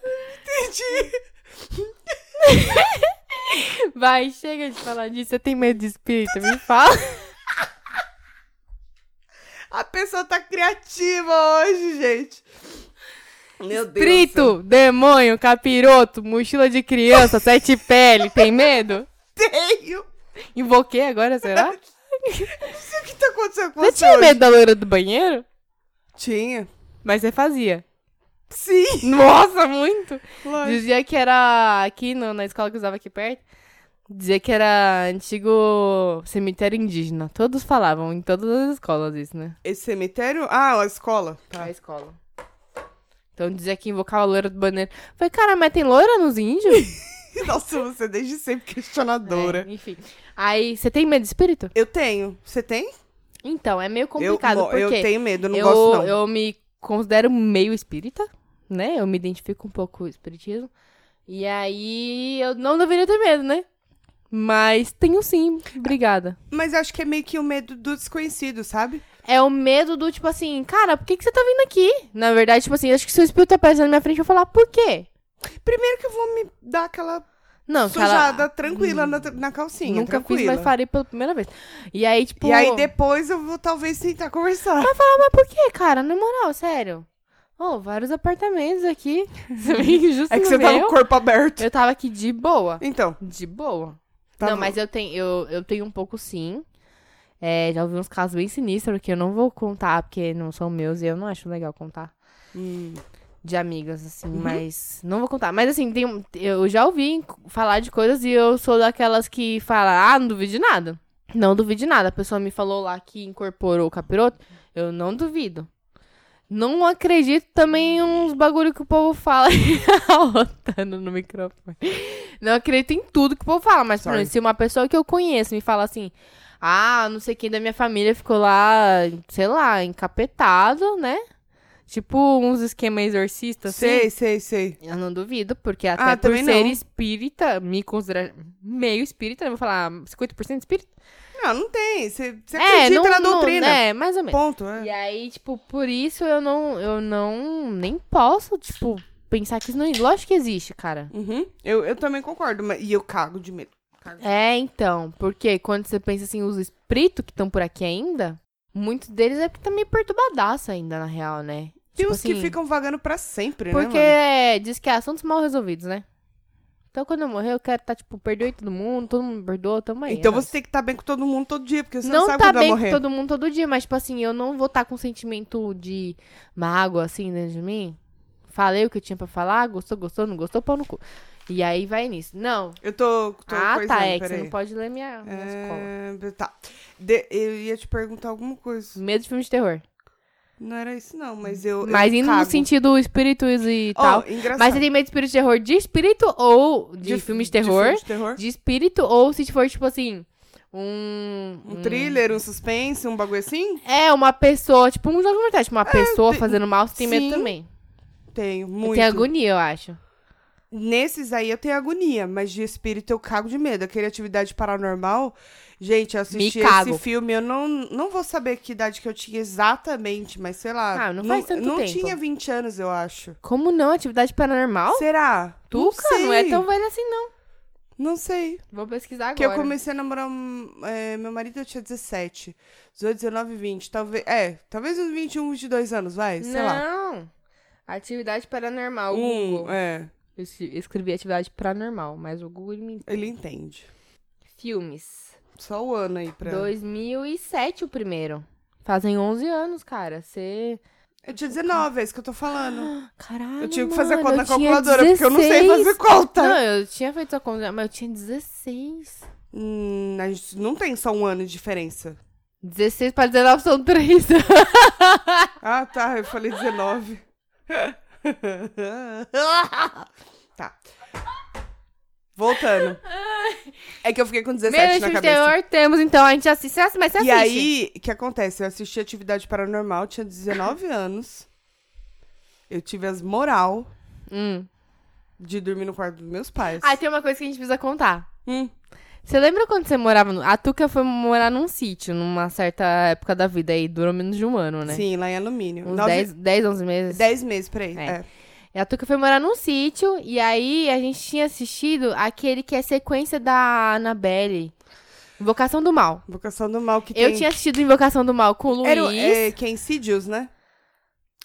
Speaker 1: Entendi. Vai, chega de falar disso. Você tem medo de espírito? Me fala.
Speaker 2: A pessoa tá criativa hoje, gente. Meu Deus. do céu.
Speaker 1: Espírito, demônio, capiroto, mochila de criança, sete pele. Tem medo?
Speaker 2: Tenho.
Speaker 1: Invoquei agora, será?
Speaker 2: Isso que tá acontecendo com
Speaker 1: Você
Speaker 2: você?
Speaker 1: tinha
Speaker 2: hoje?
Speaker 1: medo da loira do banheiro?
Speaker 2: Tinha.
Speaker 1: Mas você fazia.
Speaker 2: Sim.
Speaker 1: Nossa, muito!
Speaker 2: Lógico.
Speaker 1: Dizia que era aqui no- na escola que eu usava aqui perto. Dizia que era antigo cemitério indígena. Todos falavam em todas as escolas isso, né?
Speaker 2: Esse cemitério? Ah, a escola.
Speaker 1: Na escola. Então dizia que invocava a loira do banheiro. Falei, cara, mas tem loira nos índios?
Speaker 2: Nossa, você é desde sempre
Speaker 1: É,
Speaker 2: questionadora.
Speaker 1: enfim. Aí, você tem medo de espírito?
Speaker 2: Eu tenho. Você tem?
Speaker 1: Então, é meio
Speaker 2: Eu-
Speaker 1: complicado,
Speaker 2: mo-
Speaker 1: porque
Speaker 2: Eu tenho medo, eu não
Speaker 1: eu,
Speaker 2: gosto não.
Speaker 1: eu me considero meio espírita, né? Eu me identifico um pouco com o espiritismo. E aí, eu não deveria ter medo, né? Mas tenho sim, obrigada.
Speaker 2: Mas eu acho que é meio que o medo do desconhecido, sabe?
Speaker 1: É o medo do, tipo assim, cara, por que, que você tá vindo aqui? Na verdade, tipo assim, acho que se o espírito aparecer na minha frente, eu vou falar, por quê?
Speaker 2: Primeiro que eu vou me dar aquela
Speaker 1: Não,
Speaker 2: sujada
Speaker 1: cara,
Speaker 2: tranquila na, na calcinha,
Speaker 1: nunca fiz,
Speaker 2: tranquila.
Speaker 1: mas farei pela primeira vez. E aí, tipo...
Speaker 2: E aí depois eu vou talvez tentar conversar.
Speaker 1: Mas por que, cara? Na moral, sério. Ô, vários apartamentos aqui. Justo
Speaker 2: É que
Speaker 1: no
Speaker 2: você tá
Speaker 1: meu.
Speaker 2: no corpo aberto.
Speaker 1: Eu tava aqui de boa.
Speaker 2: Então,
Speaker 1: De boa.
Speaker 2: tá
Speaker 1: não,
Speaker 2: bom.
Speaker 1: mas eu tenho, eu, eu tenho um pouco sim. É, já ouvi uns casos bem sinistros que eu não vou contar, porque não são meus e eu não acho legal contar.
Speaker 2: Hum,
Speaker 1: De amigas, assim, mas. Não vou contar. Mas assim, tem, um- eu já ouvi falar de coisas e eu sou daquelas que fala, ah, não duvido de nada. Não duvido de nada. A pessoa me falou lá que incorporou o capiroto. Eu não duvido. Não acredito também em uns bagulho que o povo fala rotando no microfone. Não acredito em tudo que o povo fala, mas por
Speaker 2: Sorry.
Speaker 1: exemplo, se uma pessoa que eu conheço me fala assim, ah, não sei quem da minha família ficou lá, sei lá, encapetado, né? Tipo uns esquemas exorcistas, assim.
Speaker 2: Sei, sei, sei.
Speaker 1: Eu não duvido, porque até
Speaker 2: Ah,
Speaker 1: por
Speaker 2: também
Speaker 1: ser
Speaker 2: não.
Speaker 1: espírita, me considerar meio espírita, eu vou falar ah, 50% espírita.
Speaker 2: Não, não tem. Você você acredita na doutrina.
Speaker 1: é, mais ou menos.
Speaker 2: Ponto. É.
Speaker 1: E aí, tipo, por isso eu não, eu não, nem posso, tipo, pensar que isso não, lógico que existe, cara.
Speaker 2: Uhum. Eu, eu também concordo, mas... e eu cago de medo. Cago.
Speaker 1: É, então, porque quando você pensa assim, os espíritos que estão por aqui ainda, muitos deles é porque tá meio perturbadaço ainda, na real, né?
Speaker 2: Tem
Speaker 1: Tipo
Speaker 2: uns que
Speaker 1: assim,
Speaker 2: ficam vagando pra sempre,
Speaker 1: Porque
Speaker 2: né?
Speaker 1: é, diz que é assuntos mal resolvidos, né? Então, quando eu morrer, eu quero tá, tipo, perdoei todo mundo, todo mundo me perdoou, tamo aí.
Speaker 2: Mano? Então
Speaker 1: é
Speaker 2: você tem que estar bem com todo mundo todo dia, porque você não,
Speaker 1: não
Speaker 2: sabe
Speaker 1: tá
Speaker 2: quando vai
Speaker 1: bem com
Speaker 2: morrer.
Speaker 1: todo mundo todo dia, mas, tipo assim, eu não vou estar com um sentimento de mágoa, assim, dentro de mim. Falei o que eu tinha pra falar, gostou, gostou, não gostou, pau no cu. E aí vai nisso. Não.
Speaker 2: Eu tô, tô
Speaker 1: ah,
Speaker 2: coisando,
Speaker 1: tá, é que você
Speaker 2: peraí.
Speaker 1: não pode ler minha, minha escola.
Speaker 2: É, Tá. De- eu ia te perguntar alguma coisa.
Speaker 1: Medo de filme de terror.
Speaker 2: Não era isso, não, mas eu.
Speaker 1: Mas
Speaker 2: eu
Speaker 1: indo no
Speaker 2: cago.
Speaker 1: sentido espíritos e
Speaker 2: Ó,
Speaker 1: tal.
Speaker 2: engraçado.
Speaker 1: Mas você tem medo de espírito de terror de espírito ou de, filme de terror?
Speaker 2: filme de terror?
Speaker 1: de espírito ou se for tipo assim, um
Speaker 2: Um thriller, um suspense, um bagulho assim?
Speaker 1: é uma pessoa, tipo um jogo de verdade, tipo, uma pessoa
Speaker 2: te-
Speaker 1: fazendo mal, você tem
Speaker 2: É, sim,
Speaker 1: medo também.
Speaker 2: Tenho, muito.
Speaker 1: Tem agonia, eu acho.
Speaker 2: Nesses aí eu tenho agonia, mas de espírito eu cago de medo. Aquele atividade paranormal, gente, eu assisti
Speaker 1: Me cago.
Speaker 2: esse filme, eu não, não vou saber que idade que eu tinha exatamente, mas sei lá.
Speaker 1: Ah, não faz tanto
Speaker 2: Não
Speaker 1: tempo.
Speaker 2: tinha 20 anos, eu acho.
Speaker 1: Como não? Atividade paranormal?
Speaker 2: Será?
Speaker 1: Tu,
Speaker 2: não
Speaker 1: cara,
Speaker 2: sei.
Speaker 1: não é tão velho assim, não.
Speaker 2: Não sei.
Speaker 1: Vou pesquisar
Speaker 2: Porque
Speaker 1: agora.
Speaker 2: eu comecei a namorar um- é, meu marido eu tinha 17. 18, 19, 20. Talvez. É, talvez uns 21, 22 anos, vai, sei lá.
Speaker 1: Não. Atividade paranormal. o
Speaker 2: Um,
Speaker 1: Google.
Speaker 2: é,
Speaker 1: Eu es- escrevi atividade paranormal, mas o Google me.
Speaker 2: ele entende.
Speaker 1: Filmes.
Speaker 2: Só o ano aí pra.
Speaker 1: 2007 o primeiro. Fazem 11 anos, cara. Você.
Speaker 2: Eu tinha 19, é isso que eu tô falando.
Speaker 1: Caralho.
Speaker 2: Eu tive que fazer a
Speaker 1: Ah, mano,
Speaker 2: conta
Speaker 1: eu
Speaker 2: na
Speaker 1: tinha
Speaker 2: calculadora, porque eu não sei
Speaker 1: 16.
Speaker 2: fazer conta.
Speaker 1: Não, eu tinha feito essa conta, mas eu tinha 16.
Speaker 2: Hum, a gente não tem só um ano de diferença.
Speaker 1: 16 para 19 são 3.
Speaker 2: Ah, tá, eu falei 19. tá. Voltando. É que eu fiquei com 17
Speaker 1: Menos
Speaker 2: na
Speaker 1: de
Speaker 2: cabeça.
Speaker 1: terror temos, então. A gente assiste, você assiste, mas você
Speaker 2: E
Speaker 1: assiste.
Speaker 2: aí, o que acontece? Eu assisti Atividade Paranormal, tinha 19 anos. Eu tive as moral
Speaker 1: Hum.
Speaker 2: de dormir no quarto dos meus pais.
Speaker 1: Ah, tem uma coisa que a gente precisa contar.
Speaker 2: Hum.
Speaker 1: Você lembra quando você morava no... A Tuca foi morar num sítio, numa certa época da vida aí, durou menos de um ano, né?
Speaker 2: Sim, lá em alumínio.
Speaker 1: Uns
Speaker 2: Nove-
Speaker 1: 10, 10, 11 meses.
Speaker 2: 10 meses, peraí.
Speaker 1: É.
Speaker 2: É.
Speaker 1: E a Tuca foi morar num sítio, e aí a gente tinha assistido aquele que é sequência da Annabelle. Invocação do Mal.
Speaker 2: Invocação do Mal que
Speaker 1: Eu
Speaker 2: tem...
Speaker 1: tinha assistido Invocação do Mal com o Luiz.
Speaker 2: Era, o- é, que é Insidious, né?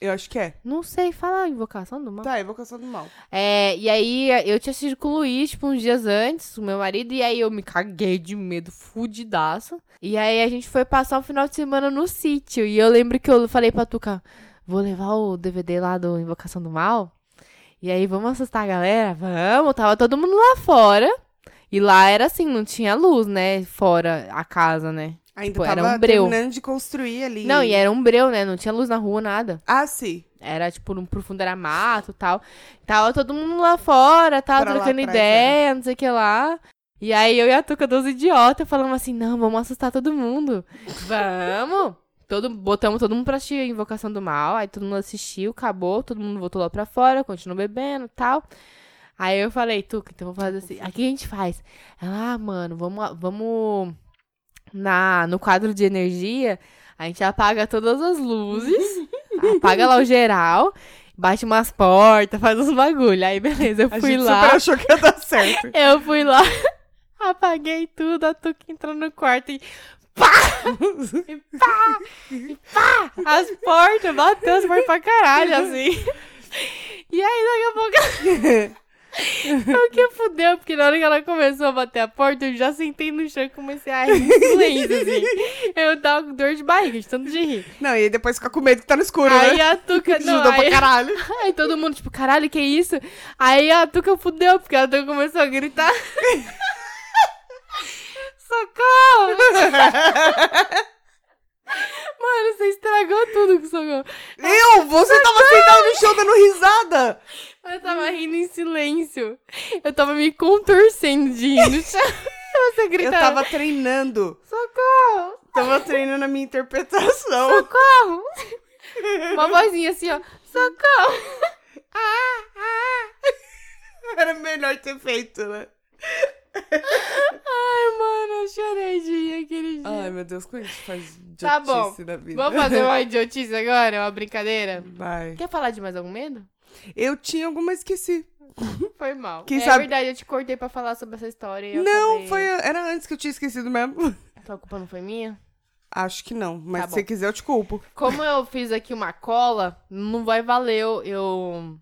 Speaker 2: Eu acho que é.
Speaker 1: Não sei, fala Invocação do Mal.
Speaker 2: Tá, Invocação do Mal.
Speaker 1: É, e aí eu tinha assistido com o Luiz, tipo, uns dias antes, o meu marido, e aí eu me caguei de medo, fudidaço. E aí a gente foi passar o final de semana no sítio. E eu lembro que eu falei pra Tuca, vou levar o DVD lá do Invocação do Mal. E aí, vamos assustar a galera? Vamos, tava todo mundo lá fora. E lá era assim, não tinha luz, né? Fora a casa, né?
Speaker 2: Ainda
Speaker 1: Tipo,
Speaker 2: tava
Speaker 1: era um breu.
Speaker 2: terminando de construir ali.
Speaker 1: Não, e era um breu, né? Não tinha luz na rua, nada.
Speaker 2: Ah, sim.
Speaker 1: Era, tipo, num profundo era mato e tal. Tava todo mundo lá fora, tava
Speaker 2: Pra lá
Speaker 1: trocando
Speaker 2: atrás, né?
Speaker 1: ideia, não sei o que lá. E aí eu e a Tuca, dois idiotas, falamos assim, não, vamos assustar todo mundo. Vamos! Todo, botamos todo mundo pra assistir a Invocação do Mal, aí todo mundo assistiu, acabou, todo mundo voltou lá pra fora, continuou bebendo e tal. Aí eu falei, Tuca, então vamos fazer assim. Aqui a gente faz. Ela, ah, mano, vamos, vamos na, no quadro de energia, a gente apaga todas as luzes, apaga lá o geral, bate umas portas, faz uns bagulho. Aí beleza, eu
Speaker 2: A
Speaker 1: fui
Speaker 2: gente
Speaker 1: lá.
Speaker 2: super achou que ia dar certo.
Speaker 1: Eu fui lá, apaguei tudo, a Tuca entrou no quarto e pá, as portas, bateu as portas pra caralho, assim. E aí, daqui a pouco. O que fudeu, porque na hora que ela começou a bater a porta, eu já sentei no chão e comecei a rir em silêncio, assim. Eu tava com dor de barriga, de tanto de rir.
Speaker 2: Não, e aí depois fica com medo que tá no escuro,
Speaker 1: Aí
Speaker 2: né?
Speaker 1: a Tuca. Não,
Speaker 2: Ajudou pra
Speaker 1: aí,
Speaker 2: caralho.
Speaker 1: aí todo mundo, tipo, caralho, que isso? Aí a Tuca fudeu, porque a Tuca começou a gritar. Socorro! Mano, você estragou tudo com socorro.
Speaker 2: Eu? Você tava sentado no chão dando risada.
Speaker 1: Eu tava rindo em silêncio. Eu tava me contorcendo de rir no chão. Você
Speaker 2: Eu
Speaker 1: gritando.
Speaker 2: tava treinando.
Speaker 1: Socorro!
Speaker 2: Tava treinando a minha interpretação.
Speaker 1: Socorro! Uma vozinha assim, ó. Socorro!
Speaker 2: Era melhor ter feito, né?
Speaker 1: Ai, mano, eu chorei de rir aquele dia.
Speaker 2: Ai, meu Deus, como a gente faz idiotice
Speaker 1: Tá bom.
Speaker 2: na vida?
Speaker 1: Vamos fazer uma idiotice agora? Uma brincadeira?
Speaker 2: Vai.
Speaker 1: Quer falar de mais algum medo?
Speaker 2: Eu tinha alguma, esqueci.
Speaker 1: Foi mal.
Speaker 2: Quem
Speaker 1: é
Speaker 2: sabe-
Speaker 1: verdade, eu te cortei pra falar sobre essa história. e eu
Speaker 2: não,
Speaker 1: acabei-
Speaker 2: foi, era antes que eu tinha esquecido mesmo.
Speaker 1: Sua culpa não foi minha?
Speaker 2: Acho que não, mas
Speaker 1: Tá
Speaker 2: se você
Speaker 1: bom.
Speaker 2: quiser eu te culpo.
Speaker 1: Como eu fiz aqui uma cola, não vai valer eu... eu...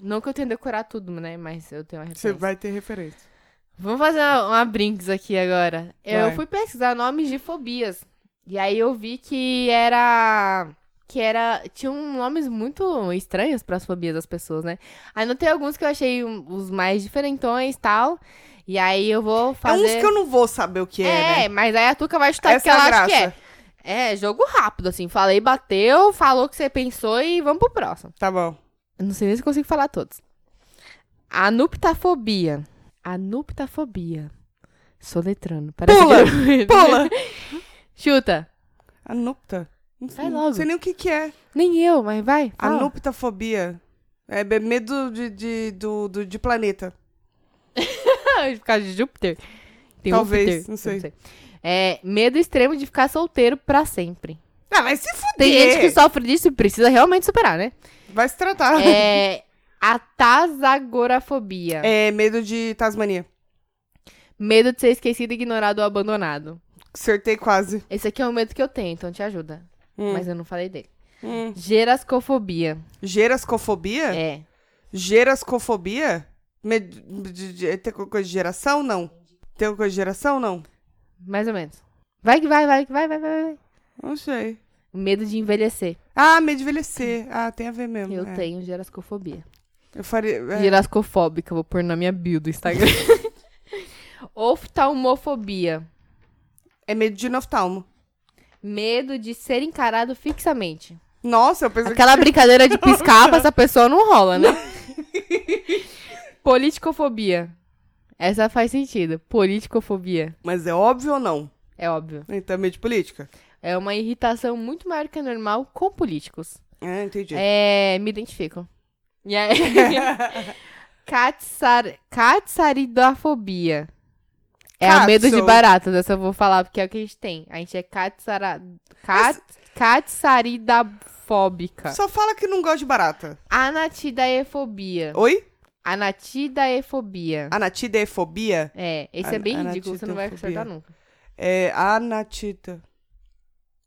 Speaker 1: Não que eu tenha decorado tudo, né? Mas eu tenho uma
Speaker 2: Você
Speaker 1: referência.
Speaker 2: vai ter referência.
Speaker 1: Vamos fazer uma, uma brinks aqui agora. Eu
Speaker 2: Vai.
Speaker 1: fui pesquisar nomes de fobias. E aí eu vi que era. Que era. Tinham nomes muito estranhos para as fobias das pessoas, né? Aí não tem alguns que eu achei um- os mais diferentões e tal. E aí eu vou fazer.
Speaker 2: É uns que eu não vou saber o que é,
Speaker 1: É,
Speaker 2: né?
Speaker 1: mas aí a Tuca vai chutar
Speaker 2: Essa
Speaker 1: porque
Speaker 2: é a
Speaker 1: ela acha que
Speaker 2: graça.
Speaker 1: é. É, jogo rápido, assim. Falei, bateu, falou o que você pensou e vamos pro próximo.
Speaker 2: Tá bom.
Speaker 1: Eu não sei nem se eu consigo falar todos. Anuptafobia. Anuptafobia. Soletrando. Parece
Speaker 2: Pula!
Speaker 1: que-
Speaker 2: Pula!
Speaker 1: Chuta.
Speaker 2: Anupta. Não
Speaker 1: Vai logo.
Speaker 2: Não sei nem o que que é.
Speaker 1: Nem eu, mas vai. fala.
Speaker 2: Anuptafobia. É be- medo de, de, do, do- de planeta.
Speaker 1: Por causa de Júpiter. Tem
Speaker 2: Talvez,
Speaker 1: Júpiter,
Speaker 2: não sei.
Speaker 1: eu É, medo extremo de ficar solteiro pra sempre.
Speaker 2: Ah, vai se fuder.
Speaker 1: Tem gente que sofre disso e precisa realmente superar, né?
Speaker 2: Vai se tratar.
Speaker 1: É... A tasagorafobia.
Speaker 2: É medo de Tasmania.
Speaker 1: Medo de ser esquecido, ignorado ou abandonado.
Speaker 2: Acertei quase.
Speaker 1: Esse aqui é um medo que eu tenho, então te ajuda.
Speaker 2: Hum.
Speaker 1: Mas eu não falei dele.
Speaker 2: Hum.
Speaker 1: Gerascofobia.
Speaker 2: Gerascofobia?
Speaker 1: É.
Speaker 2: Gerascofobia? Me- de- de- Tem alguma coisa de geração? Não. Tem alguma coisa de geração? Não.
Speaker 1: Mais ou menos. Vai que vai, vai que vai, vai, vai. vai.
Speaker 2: Não sei.
Speaker 1: Medo de envelhecer.
Speaker 2: Ah, medo de envelhecer. Ah, tem a ver mesmo.
Speaker 1: Eu
Speaker 2: é.
Speaker 1: tenho gerascofobia.
Speaker 2: Eu faria. é.
Speaker 1: Gerascofóbica, vou pôr na minha bio do Instagram. Oftalmofobia.
Speaker 2: É medo de noftalmo.
Speaker 1: Medo de ser encarado fixamente.
Speaker 2: Nossa, eu pensei
Speaker 1: Aquela brincadeira de piscar pra essa pessoa não rola, né? Politicofobia. Essa faz sentido. Politicofobia.
Speaker 2: que. Mas é óbvio ou não?
Speaker 1: É óbvio.
Speaker 2: Então é medo de política.
Speaker 1: É uma irritação muito maior que a normal com políticos.
Speaker 2: É, entendi.
Speaker 1: É, me identifico. E aí? Katsar... Katsaridofobia. É a
Speaker 2: Katsu.
Speaker 1: medo de baratas, essa eu vou falar, porque é o que a gente tem. A gente é katsara... kat... katsaridafóbica.
Speaker 2: Só fala que não gosta de barata.
Speaker 1: Anatidaefobia.
Speaker 2: Oi?
Speaker 1: Anatidaefobia.
Speaker 2: Anatida é fobia?
Speaker 1: É, esse é
Speaker 2: An-
Speaker 1: bem ridículo, você não vai
Speaker 2: anatidafobia.
Speaker 1: acertar nunca.
Speaker 2: É anatida.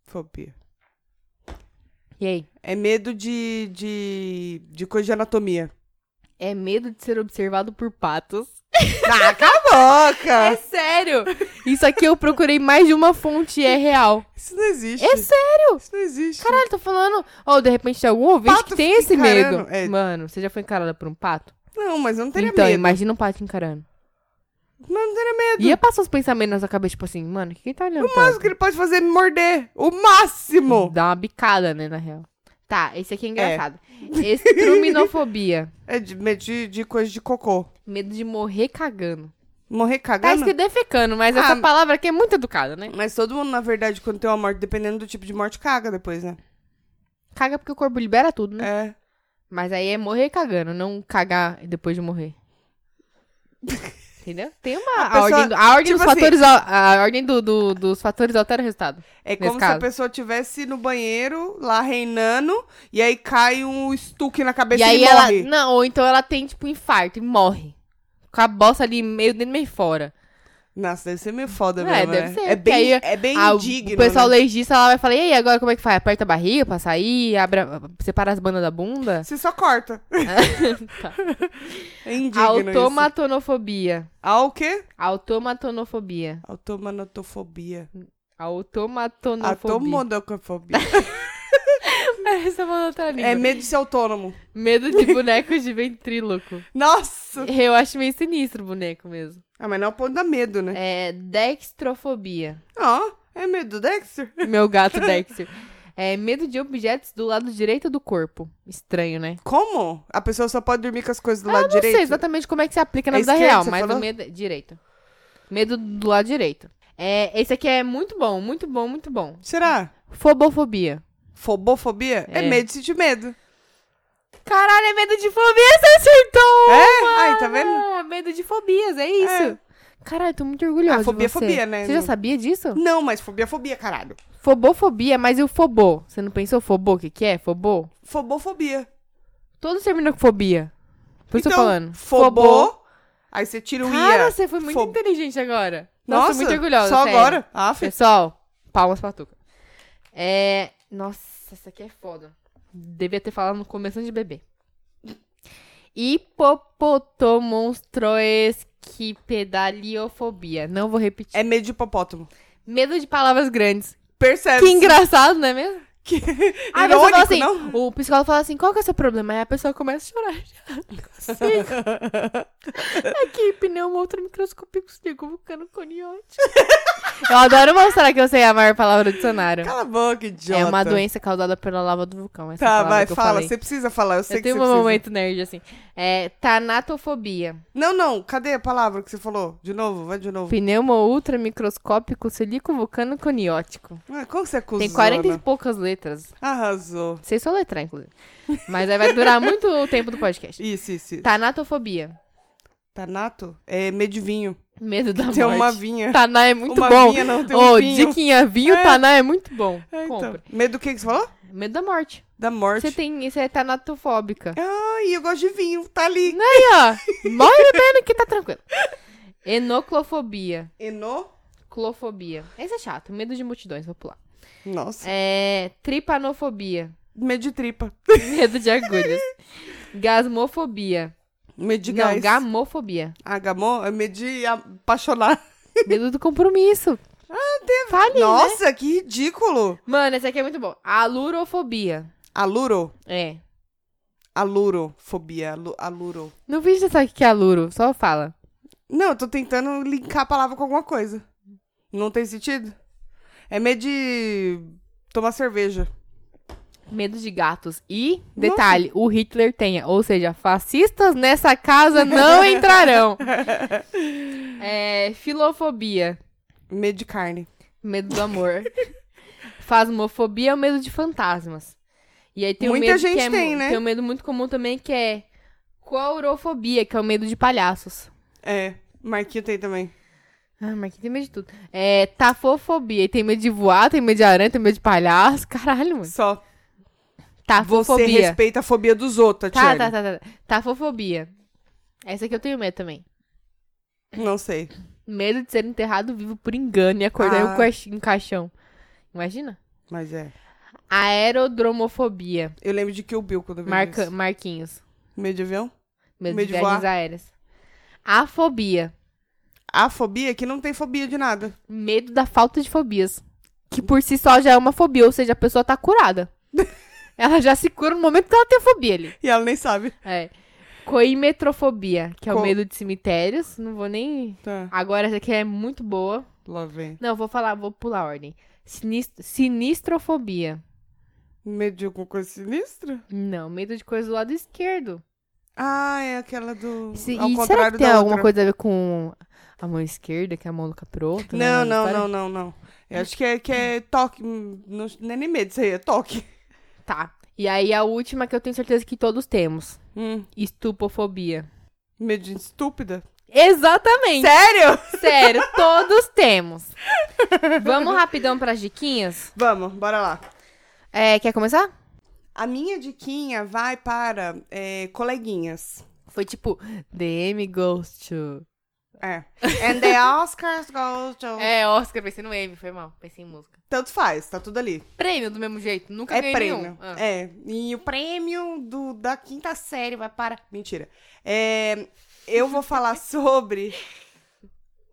Speaker 2: Fobia.
Speaker 1: E aí?
Speaker 2: É medo de, de, de coisa de anatomia.
Speaker 1: É medo de ser observado por patos.
Speaker 2: Ah, cala a
Speaker 1: É
Speaker 2: boca!
Speaker 1: sério! Isso aqui eu procurei mais de uma fonte e é real.
Speaker 2: Isso não existe.
Speaker 1: É
Speaker 2: sério? Isso não existe.
Speaker 1: Caralho, tô falando. Ou de repente tem algum ouvinte
Speaker 2: Pato
Speaker 1: que tem
Speaker 2: fica
Speaker 1: esse
Speaker 2: encarando,
Speaker 1: medo.
Speaker 2: é.
Speaker 1: Mano, você já foi encarada por um pato?
Speaker 2: Não, mas eu não teria
Speaker 1: então,
Speaker 2: medo.
Speaker 1: imagina um pato te encarando.
Speaker 2: Mas não teria medo.
Speaker 1: Ia passar os pensamentos na sua cabeça, tipo assim, mano, o que, que tá olhando?
Speaker 2: O máximo que
Speaker 1: tanto?
Speaker 2: ele pode fazer é me morder. O máximo!
Speaker 1: Dá uma bicada, né, na real. Tá, esse aqui é engraçado. Estruminofobia.
Speaker 2: É de medo de, de coisa de cocô.
Speaker 1: medo de morrer cagando.
Speaker 2: Morrer
Speaker 1: Tá
Speaker 2: cagando.
Speaker 1: escrito defecando, mas
Speaker 2: Ah,
Speaker 1: essa palavra aqui é muito educada, né?
Speaker 2: Mas todo mundo, na verdade, quando tem uma morte, dependendo do tipo de morte, caga depois, né?
Speaker 1: Caga porque o corpo libera tudo, né?
Speaker 2: É.
Speaker 1: Mas aí é morrer cagando, não cagar depois de morrer. Entendeu? Tem uma
Speaker 2: A
Speaker 1: a
Speaker 2: pessoa-
Speaker 1: ordem, do- a ordem
Speaker 2: tipo
Speaker 1: dos
Speaker 2: assim-
Speaker 1: fatores, al- a ordem do, do- dos fatores altera o resultado.
Speaker 2: É
Speaker 1: Nesse
Speaker 2: como se a
Speaker 1: caso.
Speaker 2: pessoa estivesse no banheiro, lá reinando, e aí cai um estuque na cabeça
Speaker 1: e
Speaker 2: e,
Speaker 1: aí
Speaker 2: ele
Speaker 1: ela,
Speaker 2: morre.
Speaker 1: não, ou então ela tem tipo um infarto e morre. Com a bosta ali meio dentro meio fora.
Speaker 2: Nossa, deve ser meio foda
Speaker 1: É,
Speaker 2: mesmo,
Speaker 1: deve
Speaker 2: né?
Speaker 1: ser,
Speaker 2: É
Speaker 1: porque
Speaker 2: bem,
Speaker 1: aí
Speaker 2: é bem
Speaker 1: A-
Speaker 2: indigno,
Speaker 1: Ah, o pessoal
Speaker 2: né?
Speaker 1: legista lá vai falar: "E aí, agora como é que faz? Aperta a barriga pra sair, abre, a- separa as bandas da bunda?"
Speaker 2: Você só corta.
Speaker 1: Tá.
Speaker 2: É indigno isso.
Speaker 1: Automatonofobia.
Speaker 2: Ah, o quê?
Speaker 1: Automatonofobia.
Speaker 2: Automanotofobia.
Speaker 1: Automatonofobia.
Speaker 2: Automonocofobia.
Speaker 1: Essa é uma outra língua.
Speaker 2: é medo de ser autônomo.
Speaker 1: Medo de bonecos de ventríloco.
Speaker 2: Nossa!
Speaker 1: Eu acho meio sinistro o boneco mesmo.
Speaker 2: Ah, mas não é o ponto da medo, né?
Speaker 1: É dextrofobia.
Speaker 2: Ó, é medo do Dexter?
Speaker 1: Meu gato Dexter. É medo de objetos do lado direito do corpo. Estranho, né?
Speaker 2: Como? A pessoa só pode dormir com as coisas do lado
Speaker 1: Ah, Não
Speaker 2: direito?
Speaker 1: sei exatamente como é que se aplica na
Speaker 2: É
Speaker 1: vida
Speaker 2: esquerdo,
Speaker 1: real,
Speaker 2: você
Speaker 1: mas
Speaker 2: falou?
Speaker 1: o medo direito. Medo do lado direito. É, esse aqui é muito bom, muito bom, muito bom.
Speaker 2: Será?
Speaker 1: Fobofobia.
Speaker 2: Fobofobia é,
Speaker 1: É.
Speaker 2: medo de sentir medo.
Speaker 1: Caralho, é medo de fobia, você acertou!
Speaker 2: É? Aí, tá vendo?
Speaker 1: Ah, medo de fobias, é isso. Caralho, tô muito orgulhosa
Speaker 2: Ah, fobia é
Speaker 1: de você.
Speaker 2: fobia, né?
Speaker 1: Você já sabia disso?
Speaker 2: Não, mas fobia é fobia, caralho.
Speaker 1: Fobofobia, mas e o fobô? Você não pensou fobô, o que que é? Fobô?
Speaker 2: Fobofobia. Então,
Speaker 1: Todos terminam com fobia. Por isso eu tô tá falando.
Speaker 2: Fobô. Aí você tira um o
Speaker 1: Cara,
Speaker 2: ia.
Speaker 1: você foi muito
Speaker 2: Fob-
Speaker 1: inteligente agora. Nossa, tô muito orgulhosa,
Speaker 2: Só
Speaker 1: sério.
Speaker 2: agora? Aff.
Speaker 1: Pessoal, palmas pra Tuca. É... Nossa, essa aqui é foda. Devia ter falado no começo de bebê. Hipopotomonstroesquipedaliofobia. Não vou repetir.
Speaker 2: É medo de hipopótamo.
Speaker 1: Medo de palavras grandes.
Speaker 2: Percebe?
Speaker 1: Que engraçado, não é mesmo?
Speaker 2: Que...
Speaker 1: Aí a pessoa
Speaker 2: assim. Irônico,
Speaker 1: fala assim,
Speaker 2: não?
Speaker 1: o psicólogo fala assim, qual que é o seu problema? Aí a pessoa começa a chorar. Sim. Aqui, pneu, outro microscopia consigo, vulcano coniote. Eu adoro mostrar que eu sei a maior palavra do dicionário.
Speaker 2: Cala a boca, idiota.
Speaker 1: É uma doença causada pela lava do vulcão. Essa
Speaker 2: Tá,
Speaker 1: palavra
Speaker 2: vai,
Speaker 1: que eu
Speaker 2: fala.
Speaker 1: falei.
Speaker 2: Você precisa falar, eu sei
Speaker 1: Eu
Speaker 2: que
Speaker 1: tenho
Speaker 2: você
Speaker 1: um
Speaker 2: precisa.
Speaker 1: momento nerd, assim. É, tanatofobia.
Speaker 2: Não, não, cadê a palavra que você falou? De novo, vai de novo.
Speaker 1: Pneumo ultramicroscópico silico vulcano coniótico.
Speaker 2: Ah, como você acusou?
Speaker 1: Tem 40 e poucas letras.
Speaker 2: Arrasou.
Speaker 1: Sei só letrar, inclusive. Mas aí vai durar muito o tempo do podcast.
Speaker 2: Isso, isso,
Speaker 1: Tá.
Speaker 2: isso.
Speaker 1: Tanatofobia.
Speaker 2: Tanato? É medo de vinho.
Speaker 1: Medo da
Speaker 2: Tem
Speaker 1: Tá morte.
Speaker 2: uma vinha.
Speaker 1: Taná é muito
Speaker 2: uma
Speaker 1: bom.
Speaker 2: vinha, não, tem um
Speaker 1: Ô,
Speaker 2: vinho.
Speaker 1: diquinha, vinho,
Speaker 2: É.
Speaker 1: Taná é muito bom.
Speaker 2: É, então.
Speaker 1: Compra.
Speaker 2: Medo do que que você falou?
Speaker 1: Medo da morte.
Speaker 2: Da morte. É.
Speaker 1: Você tem, você é tanatofóbica.
Speaker 2: Ai, eu gosto de vinho, tá ali.
Speaker 1: Né? Aí, ó, morre bebendo que tá tranquilo. Enoclofobia.
Speaker 2: Eno?
Speaker 1: Clofobia. Esse é chato. Medo de multidões, vou pular.
Speaker 2: Nossa.
Speaker 1: É, tripanofobia.
Speaker 2: Medo de tripa.
Speaker 1: Medo de agulhas. Gasmofobia.
Speaker 2: Medo de
Speaker 1: Não,
Speaker 2: gás.
Speaker 1: gamofobia.
Speaker 2: Ah, gamô? É medo de apaixonar.
Speaker 1: Medo do compromisso. Ah, tá ali, né?
Speaker 2: Nossa, que ridículo.
Speaker 1: Mano, esse aqui é muito bom. Alurofobia.
Speaker 2: Aluro?
Speaker 1: É.
Speaker 2: Alurofobia. alu- Aluro.
Speaker 1: Não vi você sabe o que é aluro, só fala.
Speaker 2: Não, eu tô tentando linkar a palavra com alguma coisa. Não tem sentido? É medo de tomar cerveja.
Speaker 1: Medo de gatos. E, detalhe, o Hitler tenha. Ou seja, fascistas nessa casa não entrarão. É, filofobia.
Speaker 2: Medo de carne.
Speaker 1: Medo do amor. Fasmofobia é o medo de fantasmas. E aí tem um
Speaker 2: Muita
Speaker 1: medo
Speaker 2: gente
Speaker 1: que é,
Speaker 2: tem,
Speaker 1: mu-
Speaker 2: né?
Speaker 1: Tem um medo muito comum também que é coaurofobia, que é o medo de palhaços.
Speaker 2: É, Marquinho tem também.
Speaker 1: Ah, mas aqui tem medo de tudo. É, tafofobia. E tem medo de voar, tem medo de aranha, tem medo de palhaço. Caralho, mano.
Speaker 2: Só. Você
Speaker 1: Tafofobia.
Speaker 2: respeita a fobia dos outros,
Speaker 1: Tá,
Speaker 2: Tatiana.
Speaker 1: tá, tá, tá. Tafofobia. Essa aqui eu tenho medo também. tá.
Speaker 2: Não sei.
Speaker 1: Medo de ser enterrado vivo por engano e acordar em um
Speaker 2: Ah.
Speaker 1: caix- em um caixão. Imagina.
Speaker 2: Mas é.
Speaker 1: Aerodromofobia.
Speaker 2: Eu lembro de Kill Bill quando eu vi
Speaker 1: Marca-
Speaker 2: isso.
Speaker 1: Marquinhos.
Speaker 2: Medo de avião?
Speaker 1: Medo,
Speaker 2: Medo
Speaker 1: de
Speaker 2: de
Speaker 1: viagens
Speaker 2: voar.
Speaker 1: aéreas. Afobia.
Speaker 2: A fobia é que não tem fobia de nada.
Speaker 1: Medo da falta de fobias. Que por si só já é uma fobia, ou seja, a pessoa tá curada. ela já se cura no momento que ela tem a fobia ali.
Speaker 2: E ela nem sabe.
Speaker 1: É. Coimetrofobia, que é o
Speaker 2: Co-
Speaker 1: medo de cemitérios. Não vou nem.
Speaker 2: Tá,
Speaker 1: Agora essa aqui é muito boa.
Speaker 2: lá vem.
Speaker 1: Não, vou falar, vou pular a ordem. Sinis- sinistrofobia.
Speaker 2: Medo de alguma coisa sinistra?
Speaker 1: Não, medo de coisa do lado esquerdo.
Speaker 2: Ah, é aquela do.
Speaker 1: Se-
Speaker 2: ao
Speaker 1: e será
Speaker 2: contrário
Speaker 1: que tem
Speaker 2: da
Speaker 1: alguma
Speaker 2: outra.
Speaker 1: coisa a ver com a mão esquerda, que é a mão do capiroto? né?
Speaker 2: Não, não,
Speaker 1: Para-
Speaker 2: não, não, não. Eu acho que é, que é toque. hum, Não, não é nem medo isso aí, é toque.
Speaker 1: Tá. E aí a última que eu tenho certeza que todos temos.
Speaker 2: Hum,
Speaker 1: Estupofobia.
Speaker 2: medo de estúpida.
Speaker 1: Exatamente.
Speaker 2: Sério?
Speaker 1: Sério, todos temos. Vamos rapidão pras diquinhas?
Speaker 2: Vamos, bora lá.
Speaker 1: É, quer começar?
Speaker 2: A minha diquinha vai para é, coleguinhas.
Speaker 1: Foi tipo, DM goes to...
Speaker 2: É. And the Oscars go to...
Speaker 1: É, Oscar, pensei no M, foi mal. Pensei em música.
Speaker 2: Tanto faz, tá tudo ali.
Speaker 1: Prêmio do mesmo jeito, nunca
Speaker 2: É
Speaker 1: ganhei
Speaker 2: prêmio.
Speaker 1: nenhum. Ah.
Speaker 2: É. E o prêmio do, da quinta série vai para. Mentira. É, eu vou falar sobre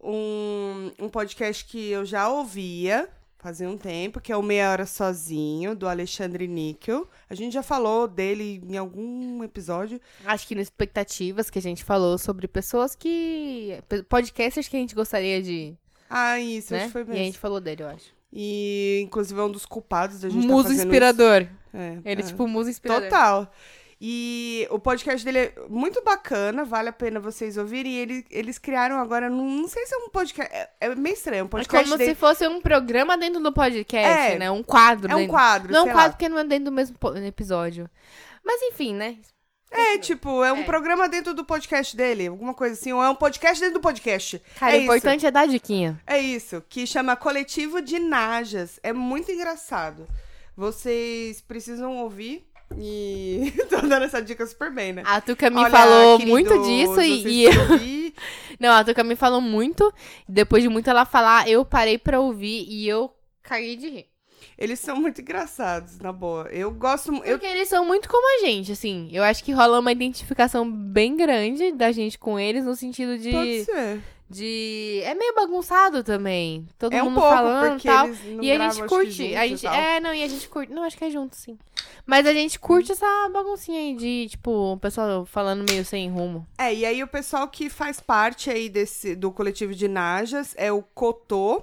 Speaker 2: um, um podcast que eu já ouvia fazia um tempo, que é o Meia Hora Sozinho, do Alexandre Níquel. A gente já falou dele em algum episódio.
Speaker 1: Acho que no Expectativas, que a gente falou sobre pessoas que... pe- Podcasters que a gente gostaria de...
Speaker 2: Ah, isso,
Speaker 1: né?
Speaker 2: acho que foi
Speaker 1: e a
Speaker 2: mesmo.
Speaker 1: gente falou dele, eu acho.
Speaker 2: E, inclusive, é um dos culpados da gente tá
Speaker 1: Muso
Speaker 2: fazendo
Speaker 1: inspirador.
Speaker 2: isso. É,
Speaker 1: Ele,
Speaker 2: é.
Speaker 1: tipo, muso inspirador.
Speaker 2: Total. E o podcast dele é muito bacana, vale a pena vocês ouvirem. E ele, eles criaram agora, não, não sei se é um podcast. É, é meio estranho, um
Speaker 1: É
Speaker 2: podcast.
Speaker 1: como
Speaker 2: dele-
Speaker 1: se fosse um programa dentro do podcast,
Speaker 2: É.
Speaker 1: né? Um quadro.
Speaker 2: É um
Speaker 1: dentro-
Speaker 2: quadro,
Speaker 1: Não é um
Speaker 2: sei
Speaker 1: quadro
Speaker 2: lá.
Speaker 1: porque não é dentro do mesmo po- episódio. Mas enfim, né?
Speaker 2: É, tipo, é um
Speaker 1: É.
Speaker 2: programa dentro do podcast dele, alguma coisa assim, ou é um podcast dentro do podcast.
Speaker 1: Cara,
Speaker 2: é
Speaker 1: o importante é dar diquinha.
Speaker 2: Isso, é isso, que chama Coletivo de Najas. É muito engraçado. Vocês precisam ouvir e tô dando essa dica super bem, né?
Speaker 1: A Tuca me
Speaker 2: Olha,
Speaker 1: falou
Speaker 2: queridos,
Speaker 1: muito disso
Speaker 2: vocês
Speaker 1: e, e-
Speaker 2: precisam ouvir.
Speaker 1: Não, a Tuca me falou muito. e Depois de muito ela falar, eu parei pra ouvir e eu caí de rir.
Speaker 2: Eles são muito engraçados, na boa. Eu gosto. mu- Eu
Speaker 1: Porque eles são muito como a gente, assim. Eu acho que rola uma identificação bem grande da gente com eles, no sentido
Speaker 2: Pode
Speaker 1: de.
Speaker 2: ser.
Speaker 1: de... É meio bagunçado também. Todo
Speaker 2: é um
Speaker 1: mundo
Speaker 2: pouco,
Speaker 1: falando e
Speaker 2: porque
Speaker 1: tal.
Speaker 2: eles não
Speaker 1: E a
Speaker 2: gravam,
Speaker 1: gente
Speaker 2: acho que
Speaker 1: curte.
Speaker 2: juntos
Speaker 1: a
Speaker 2: e
Speaker 1: gente,
Speaker 2: tal.
Speaker 1: é, não, e a gente curte. Não, acho que é junto, sim. Mas a gente curte essa baguncinha aí de, tipo, o pessoal falando meio sem rumo.
Speaker 2: É, e aí o pessoal que faz parte aí desse, do coletivo de Najas é o Cotô,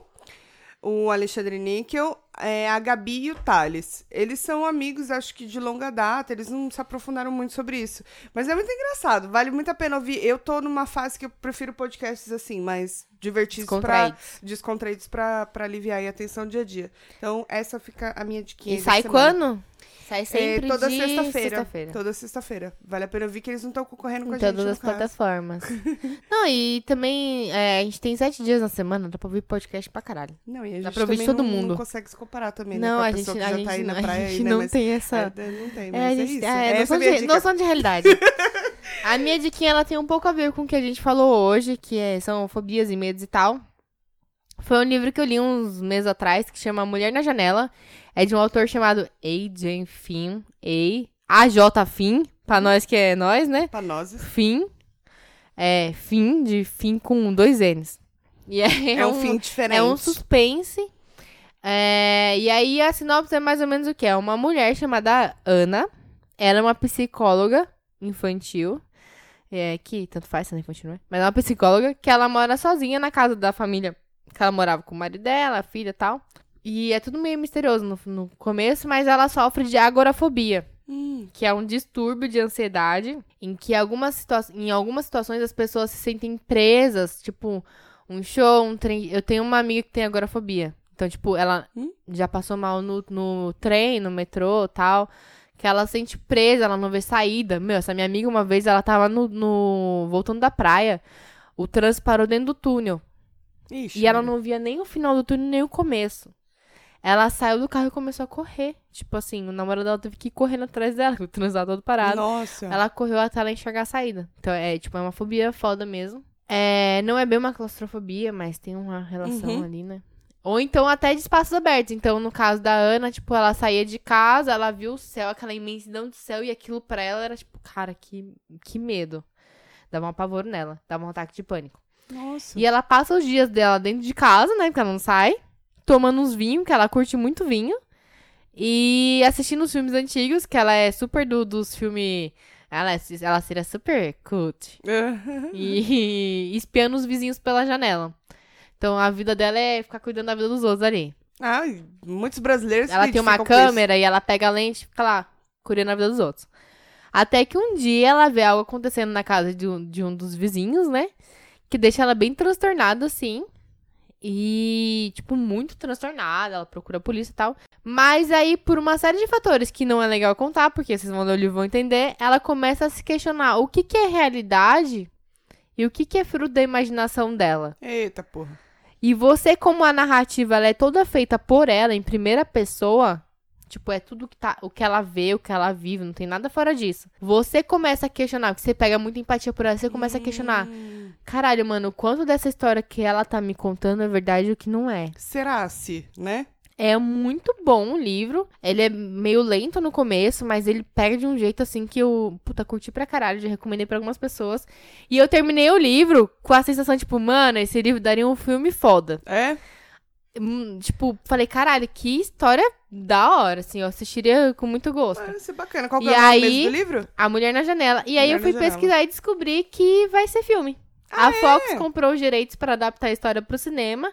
Speaker 2: o Alexandre Níquel, é, a Gabi e o Thales. Eles são amigos, acho que de longa data, eles não se aprofundaram muito sobre isso. Mas é muito engraçado, vale muito a pena ouvir. Eu tô numa fase que eu prefiro podcasts assim, mais divertidos pra...
Speaker 1: Descontraídos.
Speaker 2: Descontraídos pra, pra aliviar aí a tensão do dia a dia. Então, essa fica a minha diquinha.
Speaker 1: E
Speaker 2: da
Speaker 1: sai
Speaker 2: semana.
Speaker 1: quando? Sai
Speaker 2: É,
Speaker 1: sempre
Speaker 2: toda
Speaker 1: de
Speaker 2: sexta-feira.
Speaker 1: sexta-feira.
Speaker 2: toda sexta-feira. Vale a pena ouvir que eles não estão concorrendo com
Speaker 1: Em
Speaker 2: a gente. né,
Speaker 1: todas
Speaker 2: no
Speaker 1: as
Speaker 2: caso.
Speaker 1: plataformas. não, e também é, a gente tem sete dias na semana, dá pra ouvir podcast pra caralho.
Speaker 2: Não, e a
Speaker 1: Dá
Speaker 2: gente
Speaker 1: pra ouvir
Speaker 2: também
Speaker 1: todo
Speaker 2: não, não
Speaker 1: mundo.
Speaker 2: consegue se comparar também, né?
Speaker 1: não,
Speaker 2: com
Speaker 1: a,
Speaker 2: a,
Speaker 1: gente,
Speaker 2: pessoa
Speaker 1: a
Speaker 2: que já
Speaker 1: gente,
Speaker 2: tá aí
Speaker 1: a
Speaker 2: na praia.
Speaker 1: gente
Speaker 2: aí, né?
Speaker 1: não
Speaker 2: Mas-
Speaker 1: tem essa.
Speaker 2: É, não tem, mas
Speaker 1: É, a
Speaker 2: é
Speaker 1: gente,
Speaker 2: isso.
Speaker 1: é,
Speaker 2: Essa
Speaker 1: noção,
Speaker 2: é a minha
Speaker 1: de,
Speaker 2: dica.
Speaker 1: noção de realidade. a minha diquinha, ela tem um pouco a ver com o que a gente falou hoje, que é- são fobias e medos e tal. Foi um livro que eu li uns meses atrás, que chama Mulher na Janela. É de um autor chamado Adrian Finn, A. AJ Finn, pra nós que é nós, né?
Speaker 2: Pra nós,
Speaker 1: Finn. É, Finn, de fim com dois N's. E é,
Speaker 2: é um fim diferente.
Speaker 1: é um suspense. É, e aí a sinopse é mais ou menos o que? É uma mulher chamada Ana. Ela é uma psicóloga infantil. É, que tanto faz, se não é infantil, não é? Mas é uma psicóloga que ela mora sozinha na casa da família que ela morava com o marido dela, a filha e tal. E é tudo meio misterioso no, no começo, mas ela sofre de agorafobia
Speaker 2: Hum,
Speaker 1: que é um distúrbio de ansiedade em que algumas situa- em algumas situações as pessoas se sentem presas, tipo um show, um trem. Eu tenho uma amiga que tem agorafobia. Então, tipo, ela
Speaker 2: Hum?
Speaker 1: já passou mal no, no trem, no metrô tal. Que ela se sente presa, ela não vê saída. Meu, essa minha amiga, uma vez, ela tava no. no- voltando da praia. O trânsito parou dentro do túnel.
Speaker 2: ixi,
Speaker 1: E ela
Speaker 2: né?
Speaker 1: não via nem o final do túnel, nem o começo. Ela saiu do carro e começou a correr. Tipo assim, o namorado dela teve que ir correndo atrás dela, o trânsito tava todo parado.
Speaker 2: Nossa.
Speaker 1: Ela correu até ela enxergar a saída. Então é, tipo, é uma fobia foda mesmo. É, não é bem uma claustrofobia, mas tem uma relação
Speaker 2: Uhum.
Speaker 1: ali, né? Ou então até de espaços abertos. Então, no caso da Ana, tipo, ela saía de casa, ela viu o céu, aquela imensidão de céu, e aquilo pra ela era tipo, cara, que, que medo. Dava um apavoro nela, dava um ataque de pânico.
Speaker 2: Nossa.
Speaker 1: E ela passa os dias dela dentro de casa, né? Porque ela não sai. Tomando uns vinhos, que ela curte muito vinho. E assistindo os filmes antigos, que ela é super do, dos filmes. Ela, é- ela seria super cult. E espiando os vizinhos pela janela. Então a vida dela é ficar cuidando da vida dos outros ali.
Speaker 2: Ai, muitos brasileiros se
Speaker 1: Ela tem uma
Speaker 2: identificam com isso.
Speaker 1: câmera e ela pega a lente e fica lá, curando a vida dos outros. Até que um dia ela vê algo acontecendo na casa de um, de um dos vizinhos, né? Que deixa ela bem transtornada, assim. E, tipo, muito transtornada. Ela procura a polícia e tal. Mas aí, por uma série de fatores que não é legal contar, porque vocês vão ler o livro e vão entender, ela começa a se questionar o que, que é realidade e o que, que é fruto da imaginação dela.
Speaker 2: Eita, porra.
Speaker 1: E você, como a narrativa ela é toda feita por ela, em primeira pessoa, tipo, é tudo que tá, o que ela vê, o que ela vive, não tem nada fora disso. Você começa a questionar, porque você pega muita empatia por ela, você começa a questionar.
Speaker 2: Hum,
Speaker 1: Caralho, mano, o quanto dessa história que ela tá me contando é verdade e o que não é.
Speaker 2: Será se, né?
Speaker 1: É muito bom o livro. Ele é meio lento no começo, mas ele pega de um jeito assim que eu, puta, curti pra caralho, já recomendei pra algumas pessoas. E eu terminei o livro com a sensação tipo, mano, esse livro daria um filme foda.
Speaker 2: É?
Speaker 1: Hum, Tipo, falei, caralho, que história da hora, assim, eu assistiria com muito gosto.
Speaker 2: Parece bacana. Qual que
Speaker 1: E
Speaker 2: é o nome
Speaker 1: aí-
Speaker 2: mesmo do livro?
Speaker 1: A Mulher na Janela. E aí
Speaker 2: Mulher
Speaker 1: eu fui
Speaker 2: na Janela. Ah, é?
Speaker 1: pesquisar e descobri que vai ser filme. a Fox comprou os direitos pra adaptar a história pro cinema,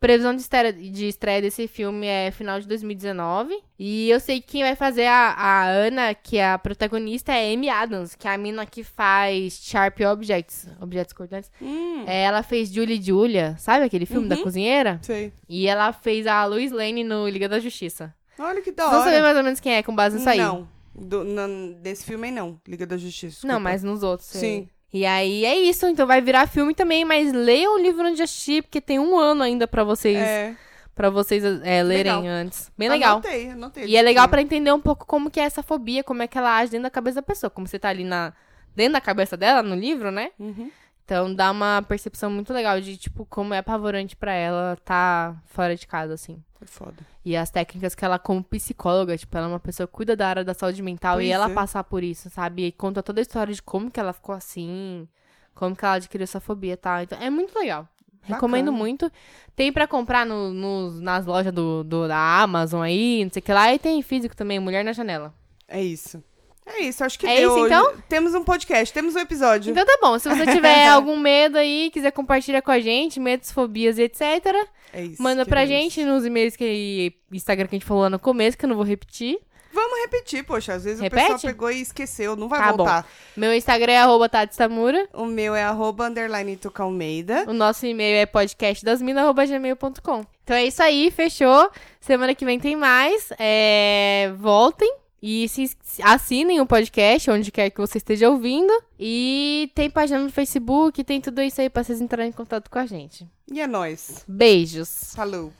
Speaker 1: Previsão de estreia, de estreia desse filme é final de 2019. E eu sei que quem vai fazer a, a Ana, que é a protagonista, é Amy Adams, que é a mina que faz Sharp Objects, Objetos Cortantes.
Speaker 2: Hum, Uhum.
Speaker 1: É, ela fez Julie e Julia, sabe aquele filme da cozinheira?
Speaker 2: sei.
Speaker 1: E ela fez a Lois Lane no Liga da Justiça.
Speaker 2: Olha que da
Speaker 1: Vocês vão saber
Speaker 2: hora.
Speaker 1: mais ou menos quem é com base nisso aí?
Speaker 2: Não. Do- na- desse filme aí não. Liga da Justiça.
Speaker 1: Não,
Speaker 2: desculpa.
Speaker 1: mas nos outros.
Speaker 2: Sim.
Speaker 1: sei. E aí é isso, então vai virar filme também, mas leiam o livro onde assisti, porque tem um ano ainda pra vocês
Speaker 2: É.
Speaker 1: para vocês é, lerem
Speaker 2: Legal. Tá
Speaker 1: antes. Bem legal.
Speaker 2: Anotei, anotei.
Speaker 1: E é legal pra entender um pouco como que é essa fobia, como é que ela age dentro da cabeça da pessoa, como você tá ali na dentro da cabeça dela no livro, né?
Speaker 2: Uhum.
Speaker 1: Então dá uma percepção muito legal de tipo como é apavorante pra ela tá fora de casa assim.
Speaker 2: É foda.
Speaker 1: E as técnicas que ela como psicóloga, tipo, ela é uma pessoa que cuida da área da saúde mental
Speaker 2: Pois
Speaker 1: e ela
Speaker 2: é.
Speaker 1: passar por isso, sabe? E conta toda a história de como que ela ficou assim, como que ela adquiriu essa fobia e tal. Então é muito legal. Recomendo
Speaker 2: Bacana.
Speaker 1: muito. Tem pra comprar no, nos- nas lojas do, do- da Amazon aí, não sei o que lá. E tem físico também, Mulher na Janela.
Speaker 2: É isso. É isso, acho que
Speaker 1: É
Speaker 2: deu
Speaker 1: isso,
Speaker 2: hoje.
Speaker 1: então?
Speaker 2: Temos um podcast, temos um episódio.
Speaker 1: Então tá bom. Se você tiver algum medo aí, quiser compartilhar com a gente, medos, fobias e etc.,
Speaker 2: é isso.
Speaker 1: Então, manda pra
Speaker 2: queremos.
Speaker 1: gente nos e-mails que e Instagram que a gente falou lá no começo, que eu não vou repetir.
Speaker 2: Vamos repetir, poxa. Às vezes o pessoal
Speaker 1: Repete?
Speaker 2: pegou e esqueceu, não vai
Speaker 1: Tá bom.
Speaker 2: voltar.
Speaker 1: Meu Instagram é arroba Tati Samura.
Speaker 2: O meu é arroba underline Tuca Almeida.
Speaker 1: O nosso e-mail é podcastdasmina.gmail.com. Então é isso aí, fechou. Semana que vem tem mais. É, Voltem e se ins- assinem o podcast, onde quer que você esteja ouvindo. E tem página no Facebook, tem tudo isso aí pra vocês entrarem em contato com a gente.
Speaker 2: E é nóis.
Speaker 1: Beijos!
Speaker 2: Falou.